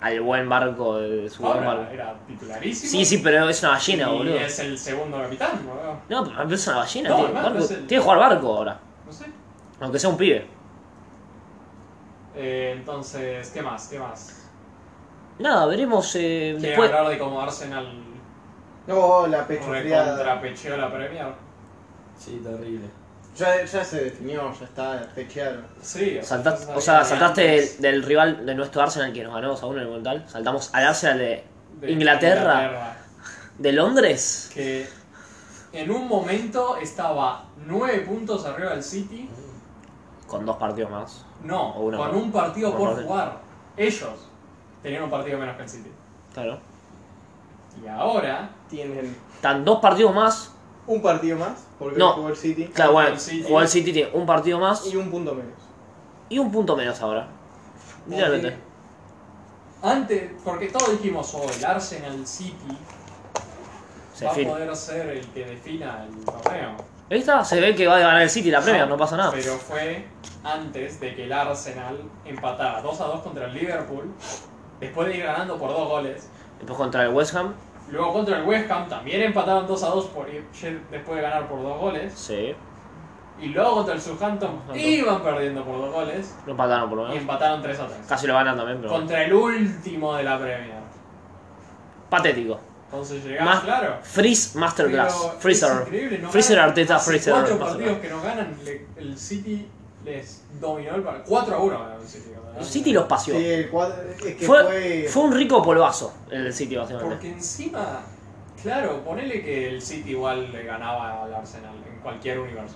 A: Al buen Barco de su buen
B: Fabra
A: Barco.
B: era titularísimo.
A: Sí, sí, pero es una ballena,
B: y
A: boludo.
B: es el segundo capitán, boludo.
A: No, pero es una ballena,
B: No,
A: tío.
B: hermano,
A: Barco-
B: es
A: Tiene
B: el-
A: que jugar Barco ahora.
B: No sé.
A: Aunque sea un pibe.
B: Eh, entonces, ¿qué más? ¿Qué más?
A: Nada, veremos eh,
B: Quieren
A: después.
B: hablar de cómo Arsenal
D: No, la pechofriada.
B: recontrapecheó la Premier.
C: Sí, terrible.
D: Ya, ya se definió, ya está, fechearon.
B: Sí,
A: Saltaste,
B: ya
A: o sea,
B: sabía
A: saltaste
B: que
A: del,
B: antes
A: del rival de nuestro Arsenal que nos ganó 1 en el Mundial. Saltamos al Arsenal de,
B: de
A: Inglaterra.
B: Inglaterra.
A: de Londres.
B: que en un momento estaba 9 puntos arriba del City,
A: Con dos partidos más.
B: no,
A: O una
B: con
A: por-
B: un partido
A: una
B: por
A: por-
B: jugar. Ellos tenían un partido menos que el City.
A: Claro.
B: Y ahora,
D: Tienen
A: Están dos partidos más.
D: un partido más, porque
A: No.
D: hoy jugó el City.
A: Claro,
B: Jugó
A: bueno,
B: el City.
A: jugó el City, tiene un partido más
D: Y un punto menos.
A: y un punto menos ahora.
B: porque
A: Literalmente.
B: antes, porque todos dijimos, oh, el Arsenal City
A: Se
B: va a
A: fin.
B: poder ser el que defina el torneo.
A: Ahí está, se ve que va a ganar el City la
B: Ah,
A: Premier, no pasa nada.
B: Pero fue antes de que el Arsenal empatara 2 a 2 contra el Liverpool, después de ir ganando por dos goles.
A: Después contra el West Ham.
B: Luego contra el West Ham también empataron 2 a 2 por ir- después de ganar por dos goles.
A: Sí,
B: Y luego contra el Southampton
A: Southampton.
B: iban perdiendo por dos goles
A: no empataron por lo
B: y
A: menos.
B: empataron 3 a 3.
A: Casi lo ganan también, pero bueno.
B: Contra el último de la Premier.
A: patético.
B: Entonces llegás,
A: Más-
B: claro.
A: Freeze Masterclass.
B: Pero es
A: Freezer.
B: increíble, no
A: Freezer
B: ganan.
A: Arteta
B: Hace
A: Freezer.
B: Cuatro
A: Masterclass.
B: partidos que no ganan, le- el City les dominó el partido. 4 a 1 ganaron el City. ¿verdad?
A: El City los paseó.
D: Sí, el cuadro. Es que
A: fue,
D: fue.
A: fue un rico polvazo el del City, básicamente.
B: Porque encima, claro, ponele que el City igual le ganaba al Arsenal en cualquier universo.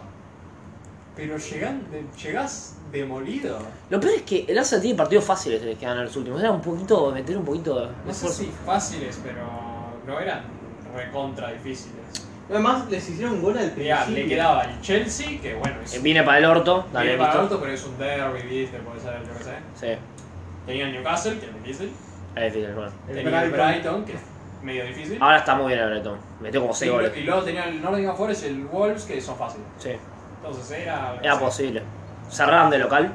B: Pero llegan, de- llegás demolido.
A: Lo peor es que el Arsenal tiene partidos fáciles de que ganan los últimos. Era un poquito meter un poquito de
B: No sé
A: esfuerzo.
B: si fáciles, pero no eran recontra difíciles.
D: Además, les hicieron gol al
B: Mirá,
D: principio.
B: le quedaba el Chelsea, que bueno, es
A: Eh, Viene para el orto, dale,
B: viene para
A: listo.
B: alto, pero es un derby, viste, puede ser, yo qué sé.
A: Sí, es
B: Tenía el Newcastle, que es difícil.
A: difícil, bueno.
D: El
B: Tenía el
D: Brighton.
B: Brighton, que es medio difícil.
A: Ahora está muy bien el Breton. Metió como
B: Sí,
A: 6 goles.
B: y luego tenía el Nottingham Forest y el Wolves, que son fáciles.
A: Sí,
B: Entonces era...
A: era posible. Cerraron de local,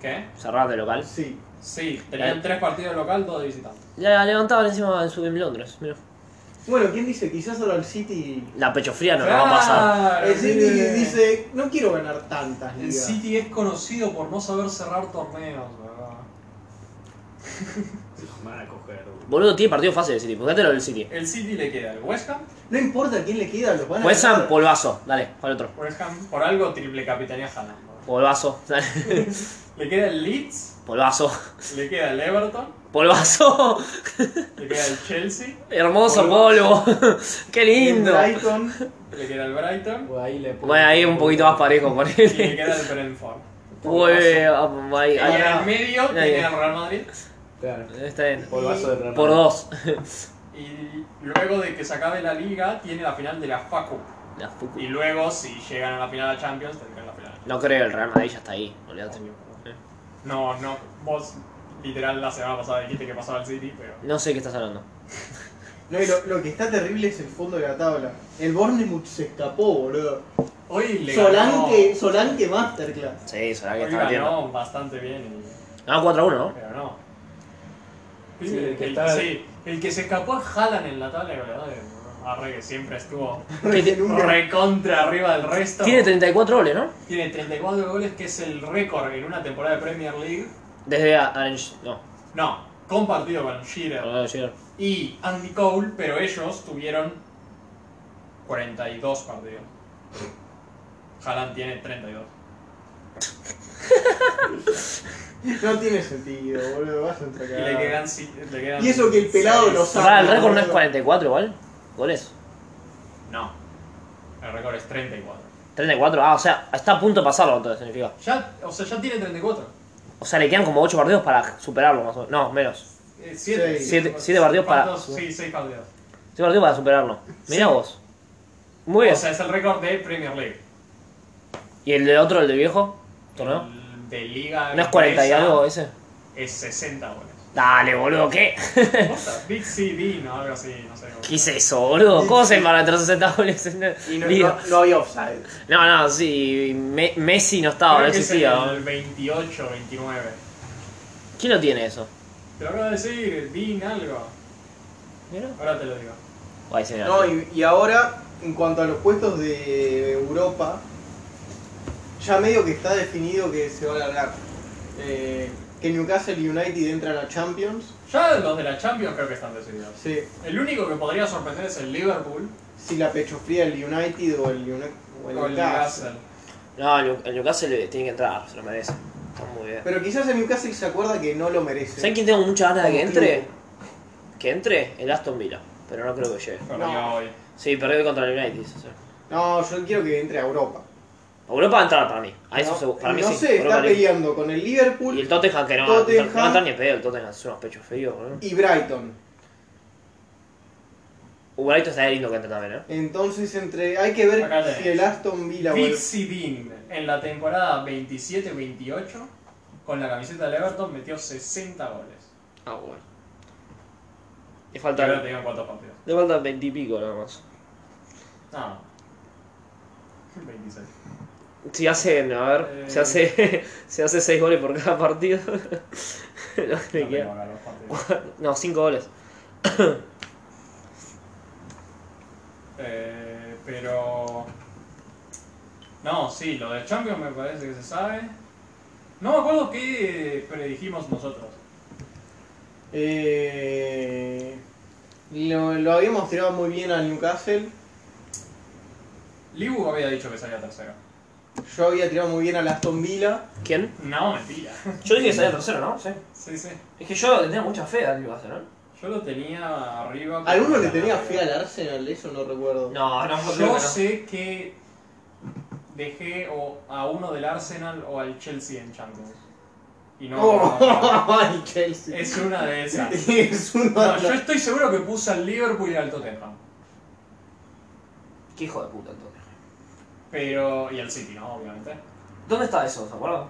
B: ¿Qué?
A: cerraron de local.
D: Sí.
B: Sí, tenían
A: Eh.
B: tres partidos de local, dos de visitante.
A: La levantaban encima en, su, en Londres, mira.
D: Bueno, ¿quién dice? Quizás ahora el City.
A: La pecho fría no la va a pasar.
D: El City
B: mire.
D: dice, no quiero ganar tantas
B: El
D: ligas.
B: City es conocido por no saber cerrar torneos, ¿verdad?
C: Me van a coger, boludo.
A: Boludo, tiene partido fácil el City. Fíjate lo del City.
B: El City le queda el West Ham,
D: No importa quién le queda, los van a
A: West Ham,
D: ganar.
A: polvazo. Dale, para otro.
B: West Ham, por algo triple capitanía Haaland. ¿verdad?
A: Polvazo. Dale.
B: Le queda el Leeds,
A: Polvazo.
B: le queda el Everton,
A: Polvazo.
B: le queda el Chelsea,
A: Hermoso polvo.
B: Polvazo.
A: Qué
D: El
A: lindo.
D: Brighton.
B: le queda el Brighton
F: O ahí le
A: Bueno, ahí un poquito más parejo,
B: y le
A: ponele.
B: queda el Brentford.
A: Uy, ah, ahí,
B: Y en
A: ahí.
B: el medio
A: Ahí, ahí.
B: tiene el Real Madrid.
F: Claro.
A: Está bien.
F: Polvazo de Real
A: Por
F: Madrid.
A: dos.
B: Y luego de que se acabe la liga, tiene la final de la FACU.
A: La fucu.
B: Y luego, si llegan a la final de la Champions, tendrán la final.
A: No creo, el Real Madrid ya está ahí. este olvídate.
B: No, no, vos literal la semana pasada dijiste que pasaba el City, pero.
A: No sé qué estás hablando.
D: No, y lo, lo que está terrible es el fondo de la tabla. El Bournemouth se escapó, boludo.
B: Hoy le ganó.
D: Solanke, Solanke Masterclass.
A: Sí, será que
B: Hoy
A: está Ah, metiendo.
B: ganó bastante bien, y-
A: Ganó 4-1, ¿no?
B: pero no.
F: Sí, el que
B: el,
F: estaba-
B: sí, el que se escapó es Haaland en la tabla de goleadores. boludo. Arre que siempre estuvo
A: Que te-
B: recontra arriba del resto.
A: Tiene 34 goles, ¿no?
B: Tiene 34 goles, que es el récord en una temporada de Premier League.
A: Desde a- Orange. No,
B: No, compartido con Shearer.
A: no, Shearer.
B: y Andy Cole, pero ellos tuvieron 42 partidos. Haaland tiene 32.
D: No tiene sentido, boludo. Vas a entrar
B: Y le quedan, si- le quedan
D: Y eso que el pelado
B: seis.
D: lo
A: O
D: sabe.
A: sea, el récord no es 44 igual. Goles.
B: No, el récord es 34.
A: 34, ah, o sea, está a punto de pasarlo entonces, significa.
B: Ya, o sea, ya tiene 34.
A: O sea, le quedan como 8 partidos para superarlo, más o menos. No, menos.
B: 7
D: Sí.
A: Siete- siete partidos para-
B: Eh, Sí, 6 partidos.
A: 6 partidos para superarlo. Mirá
B: Sí.
A: vos. Muy
B: O
A: bien.
B: sea, es el récord de Premier League.
A: ¿Y el de otro, el de viejo? ¿Torneo?
B: El De Liga.
A: ¿No es 40 y
B: inglesa
A: algo ese?
B: Es 60 goles.
A: Dale, boludo, ¿qué?
B: Posta, Big CD, no, algo así, no sé. cómo.
A: ¿Qué es eso, boludo? ¿Cómo se para entrar 60 goles en el
D: Y no,
A: Liga?
D: no, no había offside.
A: No, no, sí, Me- Messi no estaba,
B: Creo
A: no
B: que es
A: existía.
B: el
A: ¿no?
B: 28, 29.
A: ¿Quién no tiene eso?
B: Te lo acabo de decir, Dean algo.
A: Mira.
B: Ahora te lo digo.
A: Ay, se me
D: No,
A: da.
D: y, y ahora, en cuanto a los puestos de Europa, ya medio que está definido que se va a ganar. Eh, que Newcastle United entra a la Champions.
B: Ya los de la Champions creo que están decididos.
D: Sí,
B: El único que podría sorprender es el Liverpool
D: si la pecho fría el United o el, Uni- o el
B: o el
D: Newcastle.
B: Newcastle.
A: No, el Newc- el Newcastle tiene que entrar, se lo merece. Está muy bien.
D: Pero quizás el Newcastle se acuerda que no lo merece.
A: ¿Saben quién tengo muchas ganas de que
D: Como
A: entre?
D: club.
A: Que entre el Aston Villa, pero no creo que llegue.
B: Perdió
D: No.
B: hoy.
A: Sí, perdió contra el United. o sea.
D: No, yo quiero que entre a Europa.
A: Europa va a entrar para mí. A eso
D: no,
A: seguro. Para mí
D: no
A: sí.
D: sé,
A: Europa
D: está
A: League.
D: peleando con el Liverpool
A: y el
D: y,
A: Tottenham que no va a entrar- no va a entrar
D: Tottenham.
A: ni en pedo. El Tottenham son unos pechos fríos, boludo.
D: Brighton.
A: Uh, esto estaría lindo que entre también, ¿eh?
D: Entonces entre hay que ver
B: Acá tenés.
D: si el Aston Villa o el-
B: Pixie Dean en la temporada 27-28 con la camiseta del Everton metió 60 goles.
A: Ah, bueno. Le
B: Y ahora
A: faltan,
B: tenía cuántos partidos.
A: le faltan 20 y pico nada más.
B: No. 26.
A: Si hacen, a ver,
B: Eh.
A: se hace se hace 6 goles por cada partido. no,
B: No
A: le
B: tengo
A: queda.
B: acá los partidos.
A: no, 5 goles.
B: Eh, pero. No, sí, lo de Champions me parece que se sabe. No me acuerdo qué predijimos nosotros.
D: Eh, lo, lo habíamos tirado muy bien al Newcastle.
B: Libu había dicho que salía tercero.
D: Yo había tirado muy bien al Aston Villa.
A: ¿Quién?
B: No, mentira.
A: Yo dije que salía tercero, ¿no? Sí.
B: Sí, sí.
A: Es que yo tenía mucha fe a Newcastle, ¿no?
B: Yo lo tenía arriba. pero
D: ¿Alguno
B: no
D: le
B: era
D: tenía
B: arriba.
D: fe al Arsenal? Eso no recuerdo.
A: No, no, creo que
B: Yo
A: no.
B: sé que dejé o a uno del Arsenal o al Chelsea en Champions. Y no.
D: Oh, el Chelsea.
B: Es una de esas.
D: Es uno
B: No,
D: de
B: yo
D: los-
B: estoy seguro que puse al Liverpool y al Tottenham.
A: Qué hijo de puta entonces.
B: Pero. Y al City, ¿no? Obviamente.
A: ¿Dónde está eso? ¿Se acuerdan?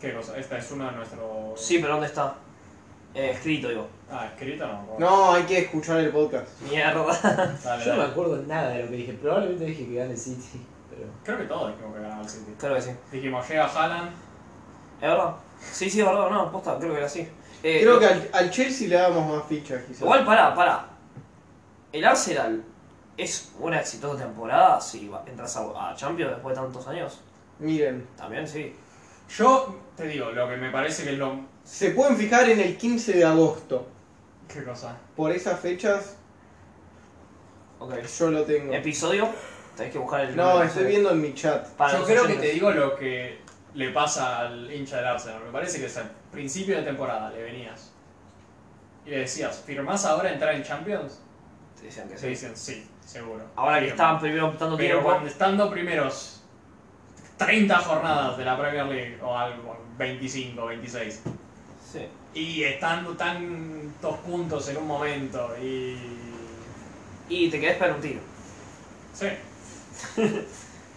B: ¿Qué cosa? Esta es una de nuestros.
A: Sí, pero ¿dónde está? Eh, escrito, digo.
B: Ah, escrita no.
D: No, hay que escuchar el podcast.
A: Mierda.
B: Dale,
F: Yo no me
B: dale.
F: acuerdo nada de lo que dije. Probablemente dije que gane el City. Pero
B: Creo que todos dijimos que ganaba el City.
A: Creo que sí.
B: Dijimos, llega Haaland.
A: ¿Es verdad? Sí, sí, es verdad. No, posta, creo que era así. Eh,
D: Creo que al, al Chelsea le damos más fichas quizás.
A: Igual, pará, pará. el Arsenal es una exitosa temporada si va- entras a, a Champions después de tantos años.
D: Miren,
A: También sí.
B: Yo te digo, lo que me parece que es lo.
D: se pueden fijar en el 15 de agosto.
B: ¿Qué cosa?
D: Por esas fechas
A: Ok.
D: yo lo tengo.
A: Episodio. Tenés que buscar el.
D: No, estoy viendo en mi chat.
A: Para
B: Yo
A: los
B: creo que
A: oyentes.
B: te digo lo que le pasa al hincha del Arsenal. Me parece que es al principio de temporada le venías y le decías, ¿firmás ahora entrar en Champions?
A: Te decían
B: Y
A: que
B: te
A: sí.
B: dicen, sí, seguro.
A: Ahora que
B: Firmo.
A: estaban primero optando
B: Pero
A: tiempo.
B: cuando estando primeros 30 jornadas de la Premier League o algo, 25, 26,
A: Sí.
B: y estando tantos puntos en un momento y.
A: Y te quedás para un tiro.
B: Sí,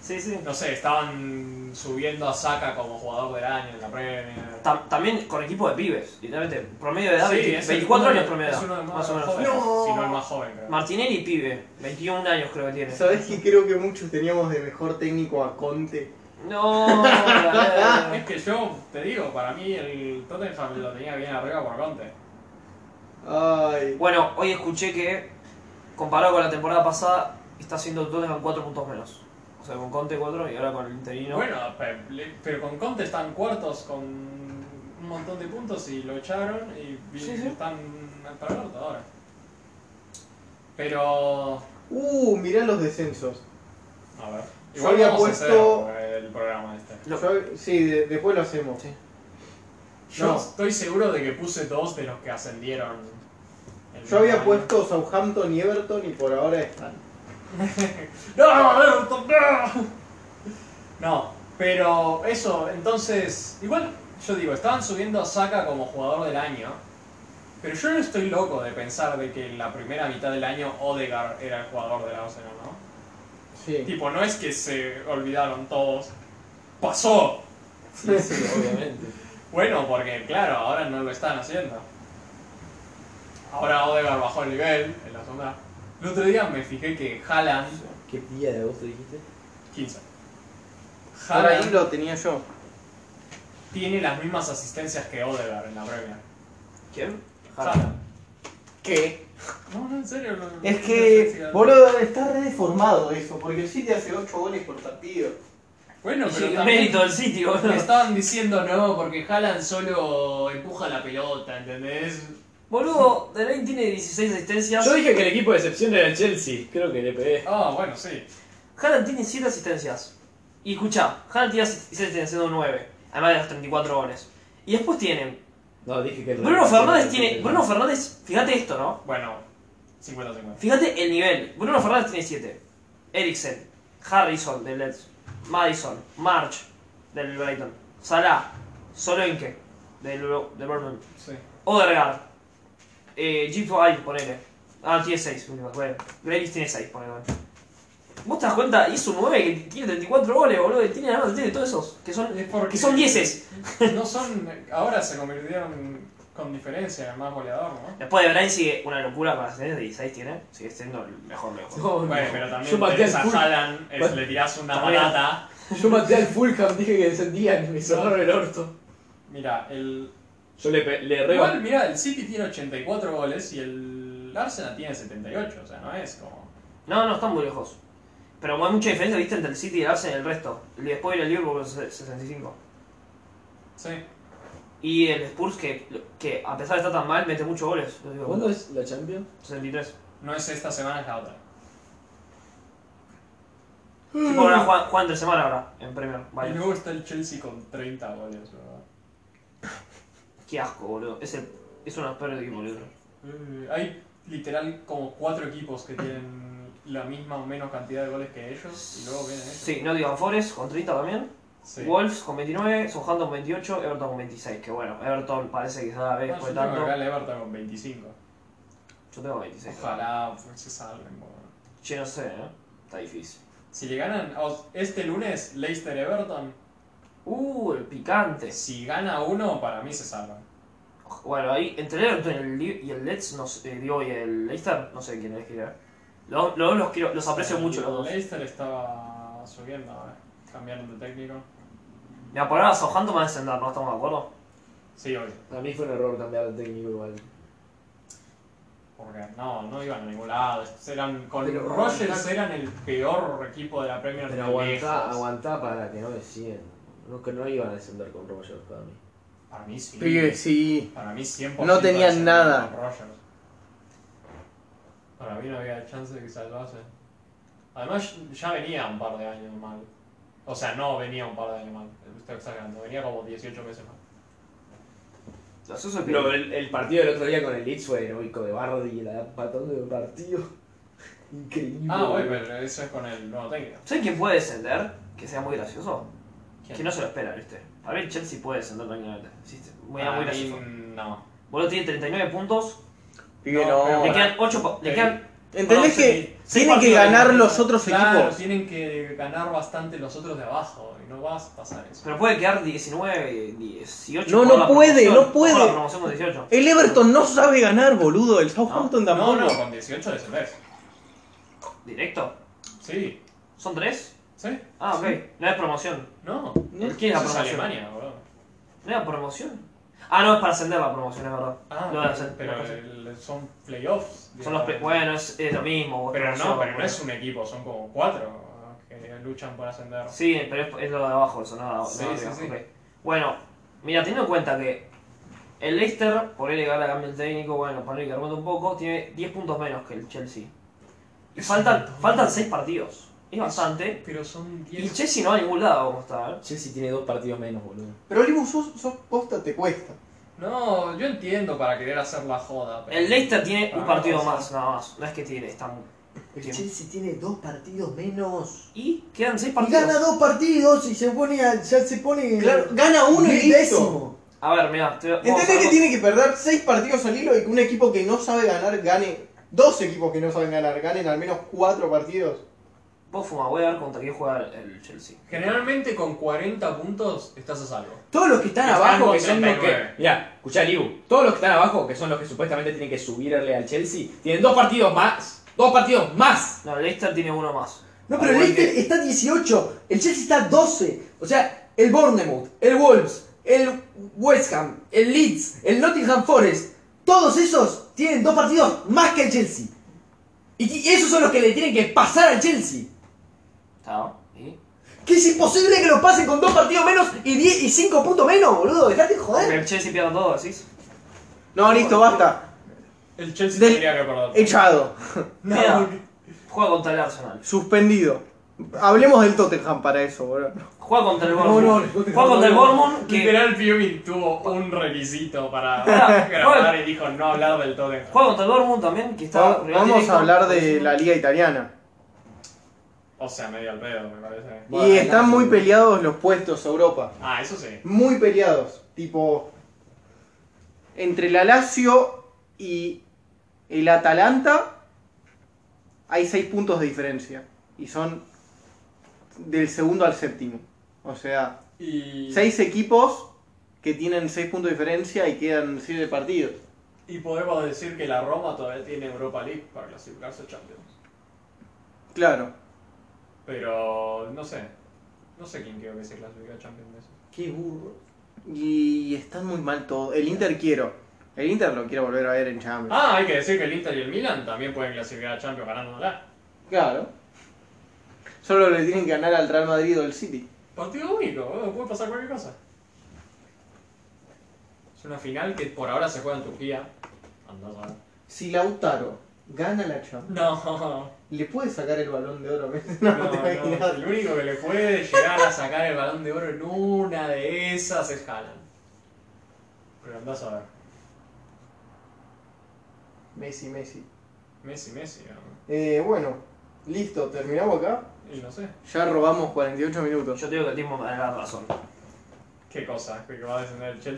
A: Sí, sí.
B: no sé, estaban subiendo a Saka como jugador del año en la Premier.
A: Ta- también con equipo de pibes, literalmente. Promedio de edad,
B: Sí,
A: 20
B: es el
A: 24
B: uno de-
A: años promedio de
B: Es
A: edad.
B: uno de
A: más o menos.
B: jóvenes,
D: No.
B: si no el más joven, creo.
A: Martinelli pibe, 21 años creo que tiene.
D: ¿Sabés que creo que muchos teníamos de mejor técnico a Conte?
A: No, la
B: es
A: verdad.
B: que yo te digo, para mí el Tottenham lo tenía bien arriba por Conte.
D: Ay.
A: Bueno, hoy escuché que, comparado con la temporada pasada, está haciendo el Tottenham 4 puntos menos. O sea, con Conte 4 y ahora con el interino.
B: Bueno, pe- le- pero con Conte están cuartos con un montón de puntos y lo echaron y vi-
A: Sí, sí.
B: están para el orto ahora. Pero.
D: Uh, mirá los descensos.
B: A ver.
D: Yo había
B: vamos a
D: puesto-
B: hacer el programa este.
A: Lo-
D: Yo- sí, de- después lo hacemos.
A: Sí.
B: Yo
D: No.
B: estoy seguro de que puse dos de los que ascendieron. el
D: Yo había
B: año.
D: puesto Southampton y Everton y por ahora están.
B: ¡No, Everton, no! No, pero eso, entonces, igual yo digo, estaban subiendo a Saka como jugador del año, pero yo no estoy loco de pensar de que en la primera mitad del año Odegaard era el jugador del Arsenal, ¿no?
D: Sí.
B: Tipo, no es que se olvidaron todos. ¡Pasó!
F: Sí, sí, obviamente.
B: Bueno, porque claro, ahora no lo están haciendo. Ahora Odegaard bajó el nivel en la zona. El otro día me fijé que Haaland,
F: ¿Qué día de agosto dijiste?
B: 15.
D: Ahora
B: Haaland-
D: ahí lo tenía yo.
B: tiene las mismas asistencias que Odegaard en la Premier.
A: ¿Quién? Haaland.
B: Haaland.
D: ¿Qué?
B: No, no, en serio. no-
D: Es
B: no sé si
D: que,
B: la-
D: boludo, está re deformado eso, porque el City hace 8 goles por partido.
B: Bueno,
A: Sí,
B: pero también
A: mérito del sitio,
B: me
A: boludo.
B: estaban diciendo no, porque Haaland solo empuja la pelota, ¿entendés?
A: Boludo, De Ligt tiene 16 asistencias.
C: Yo dije que el equipo de excepción era el Chelsea. Creo que le pegué.
B: Ah, bueno, sí.
A: Haaland tiene 7 asistencias. Y escucha, Haaland tiene 6 asistencias, siendo 9. Además de los 34 goles. Y después tienen.
F: No, dije que el
A: Bruno Fernández tiene. Bruno Fernández, fíjate esto, ¿no?
B: Bueno, 50-50.
A: Fíjate el nivel. Bruno Fernández tiene 7. Eriksen, Harrison del Leeds, Madison, March del Brighton, Salah, Solenke del, del Bournemouth,
B: Sí.
A: Odegaard, eh, G4I, ponele. Ah, tiene 6, bueno. Grealish tiene 6, ponele. ¿Vos te das cuenta? Y es un 9 que tiene 34 goles, boludo. y Tiene nada más de todos esos, que son,
B: Es porque-
A: que son 10.
B: No son. Ahora se convirtieron con diferencia en el más goleador, ¿no?
A: Después de Brian sigue una locura con las de 16 tiene. Sigue siendo el mejor lejos.
B: Bueno, pero también
C: Yo maté
B: tenés
C: al
B: a
C: full-
B: Haaland, es-
C: Bueno,
B: le tirás una
C: también.
B: patata.
C: Yo maté al Fulham, dije que descendían y me cerraron el orto.
B: Mira, el,
C: Yo le, pe- le re-
B: Igual, mira, el City tiene 84 goles y el Arsenal tiene 78, o sea, no es como.
A: No, no, están muy lejos. Pero hay mucha diferencia, viste, entre el City y el Arsenal y el resto. El después viene el Liverpool con 65.
B: Sí.
A: Y el Spurs, que, que a pesar de estar tan mal, mete muchos goles. Lo digo,
F: ¿Cuándo es la Champions?
A: 63.
B: No es esta semana, es la otra.
A: Tipo, ahora juegan, juegan entre semana ahora, en Premier.
B: Y
A: Vale.
B: luego está el Chelsea con 30 goles, ¿verdad?
A: Qué asco, boludo. Es, el, es uno de los peores equipos, boludo.
B: Eh, hay literal como cuatro equipos que tienen la misma o menos cantidad de goles que ellos y luego vienen ellos.
A: Sí, Nottingham Forest con 30 también.
B: Sí.
A: Wolves con 29, Southampton con 28, Everton con 26. Que bueno, Everton parece que cada vez
B: Ah,
A: después
B: yo
A: de eh,
B: tengo
A: pues tanto.
B: acá el Everton con 25.
A: Yo tengo 26.
B: Ojalá pues, se salven, boludo.
A: Che, no sé, ¿eh? Está difícil.
B: Si le ganan o- este lunes, Leicester Everton,
A: Uh, el picante.
B: si gana uno, para mí se salvan.
A: Bueno, ahí entre el Everton y el Li- y el Leeds, no sé, eh, digo, y el Leicester, no sé quién es que era. Los, los, dos los, quiero, los aprecio mucho los dos.
B: Leicester este estaba subiendo ahora. Cambiaron de técnico.
A: Me apoyaron a Southampton para descender, ¿no estamos de acuerdo?
B: Sí, obvio.
F: A mí fue un error cambiar de técnico igual.
B: porque no, no iban a ningún lado. Eran, con
F: Pero
B: Rogers
F: aguantá-
B: eran el peor equipo de la Premier
F: Pero
B: de
F: aguantá,
B: lejos.
F: aguantá para que no desciendan. No, que no iban a descender con Rogers para mí.
B: Para mí sí.
D: Pibe, sí.
B: Para mí 100%
D: No tenían
B: es el
D: nada.
B: Aaron Rodgers. Para mí no había chance de que salvase. Además, ya venía un par de años mal. O sea, no venía un par de años mal. Estoy exagerando. Venía como 18 meses mal.
E: Lo-
F: el, el partido del otro día con el Leeds fue heroico de Bardi y la patón de un partido. Increíble.
B: Ah, bueno, pero eso es con el nuevo técnico.
A: ¿Saben quién puede descender? Que sea muy gracioso. Que no se lo espera, ¿viste? Para mí el Chelsea puede descender tranquilamente. Sí, sí, muy,
B: Para
A: muy
B: mí,
A: gracioso.
B: no.
A: Boludo tiene 39 puntos.
D: Pibe,
B: No,
D: no. Eh,
A: Le
B: pero-
A: quedan 8. Le
B: Sí.
A: quedan.
D: ¿Entendés
A: Bueno,
D: que
A: sí, sí,
D: tienen que
A: partido de-
D: ganar los otros
B: Claro,
D: equipos?
B: tienen que ganar bastante los otros de abajo. Y no vas a pasar eso.
A: Pero puede quedar 19, 18.
D: No,
A: por
D: no
A: la
D: puede,
A: promoción.
D: no puede.
A: Por la promoción con 18.
D: El Everton no sabe ganar, boludo. El Southampton
B: No,
D: tampoco.
B: no, con 18 descendés.
A: ¿Directo?
B: Sí,
A: ¿Son 3?
B: sí.
A: Ah, ok. No es promoción.
B: No.
D: No.
A: ¿Quién es la
B: Eso es
A: promoción?
B: Alemania, boludo.
A: ¿No era promoción? Ah, no, es para ascender la promoción, es verdad.
B: Ah,
A: No, no sé,
B: pero
A: no sé.
B: el- son playoffs.
A: Son los pre-
B: digamos.
A: Bueno, es, es lo mismo.
B: Pero no,
A: promoción,
B: pero no es un equipo, son como cuatro que luchan por ascender.
A: Sí, pero es, es lo de abajo, eso, no, no
B: Sí,
A: de
B: sí,
A: arriba,
B: sí.
A: ok. Bueno, mira, teniendo en cuenta que el Leicester, por él gana cambio el técnico, bueno, ponerle que remonte un poco, tiene 10 puntos menos que el Chelsea. Y faltan, faltan 6 partidos. Es bastante.
B: Pero son
A: Y el
B: 10.
A: Chelsea no va a ningún lado como está. ¿eh?
F: Chelsea tiene dos partidos menos, boludo.
D: Pero Olimus, sos, sos posta, te cuesta.
B: No, yo entiendo para querer hacer la joda. Pero...
A: El Leicester tiene un
B: Para
F: Ah,
B: mí
A: partido
B: no pasa.
A: más, nada más. No es que tiene, está muy-
F: El
A: Bien.
F: Chelsea tiene dos partidos menos.
A: Y quedan 6
F: Y
A: partidos.
F: gana dos partidos y se pone a- ya se pone
D: Claro, gana uno y listo.
F: décimo.
A: A ver, mira, te vamos a
D: ¿Entendés que
A: ver-
D: este tiene que perder seis partidos al hilo y que un equipo que no sabe ganar gane? Dos equipos que no saben ganar ganen al menos cuatro partidos.
A: Vos fuma, voy a ver contra quién juega el- el Chelsea.
B: Generalmente con 40 puntos estás a salvo.
C: Todos los que están
B: Están
C: abajo,
B: con
C: que son los que.
B: 39.
C: Mira, escuchá, Liu. Todos los que están abajo, que son los que supuestamente tienen que subirle al Chelsea, tienen dos partidos más. Dos partidos más.
A: No, el Leicester tiene uno más.
F: No, pero el Leicester está 18, el Chelsea está 12. O sea, el Bournemouth, el Wolves, el West Ham, el Leeds, el Nottingham Forest, todos esos tienen dos partidos más que el Chelsea. Y ti- esos son los que le tienen que pasar al Chelsea.
A: Está, ¿y?
F: Que es imposible que los pasen con dos partidos menos y 10 y 5 puntos menos, boludo. Dejate de
A: Porque
F: joder.
A: el Chelsea pierde todo, ¿sí?
D: No, listo, basta.
B: El Chelsea
D: Del-
B: tendría que perder.
D: Echado.
A: Mira, juega contra el Arsenal.
D: Suspendido. Hablemos del Tottenham para eso, boludo.
A: Juega contra el Bournemouth.
F: No, no, no.
A: juega contra el Bournemouth que
B: Literal, Fiumi tuvo un requisito para
A: Pará,
B: grabar y dijo no hablar del Tottenham.
A: juega contra el Bournemouth también que está
D: Va-
A: rival
D: Vamos
A: directo.
D: a hablar de la liga italiana.
B: O sea, medio al pedo, me parece.
D: Y están muy peleados los puestos Europa.
B: Ah, eso sí.
D: Muy peleados. Tipo, entre la Lazio y el Atalanta hay seis puntos de diferencia. Y son del segundo al séptimo. O sea,
B: Y,
D: seis equipos que tienen seis puntos de diferencia y quedan siete partidos.
B: y podemos decir que la Roma todavía tiene Europa League para clasificarse a Champions.
D: Claro.
B: Pero no sé. No sé quién creo que se clasifica a Champions de eso.
F: Qué burro.
D: Y están muy mal todo. El Inter quiero. El Inter lo quiero volver a ver en Champions.
B: Ah, hay que decir que el Inter y el Milan también pueden clasificar a Champions ganándola.
D: Claro. Solo le tienen que ganar al Real Madrid o al City.
B: Partido único, boludo, puede pasar cualquier cosa. Es una final que por ahora se juega en Turquía. Andá a saber.
D: Si Lautaro gana la Champions,
B: No,
D: ¿le puede sacar el balón de oro?
B: no,
D: no,
B: no,
D: te imaginas.
B: El único que le puede llegar a sacar el balón de oro en una de esas es Haaland. Pero andás a ver.
D: Messi, Messi.
B: Messi, Messi, ¿no?
D: Eh, bueno, listo, terminamos acá.
B: Y no sé.
D: Ya robamos 48 minutos.
A: Yo te digo que el Timo me da la razón.
B: ¿Qué cosa? ¿Que va a descender el Chelsea?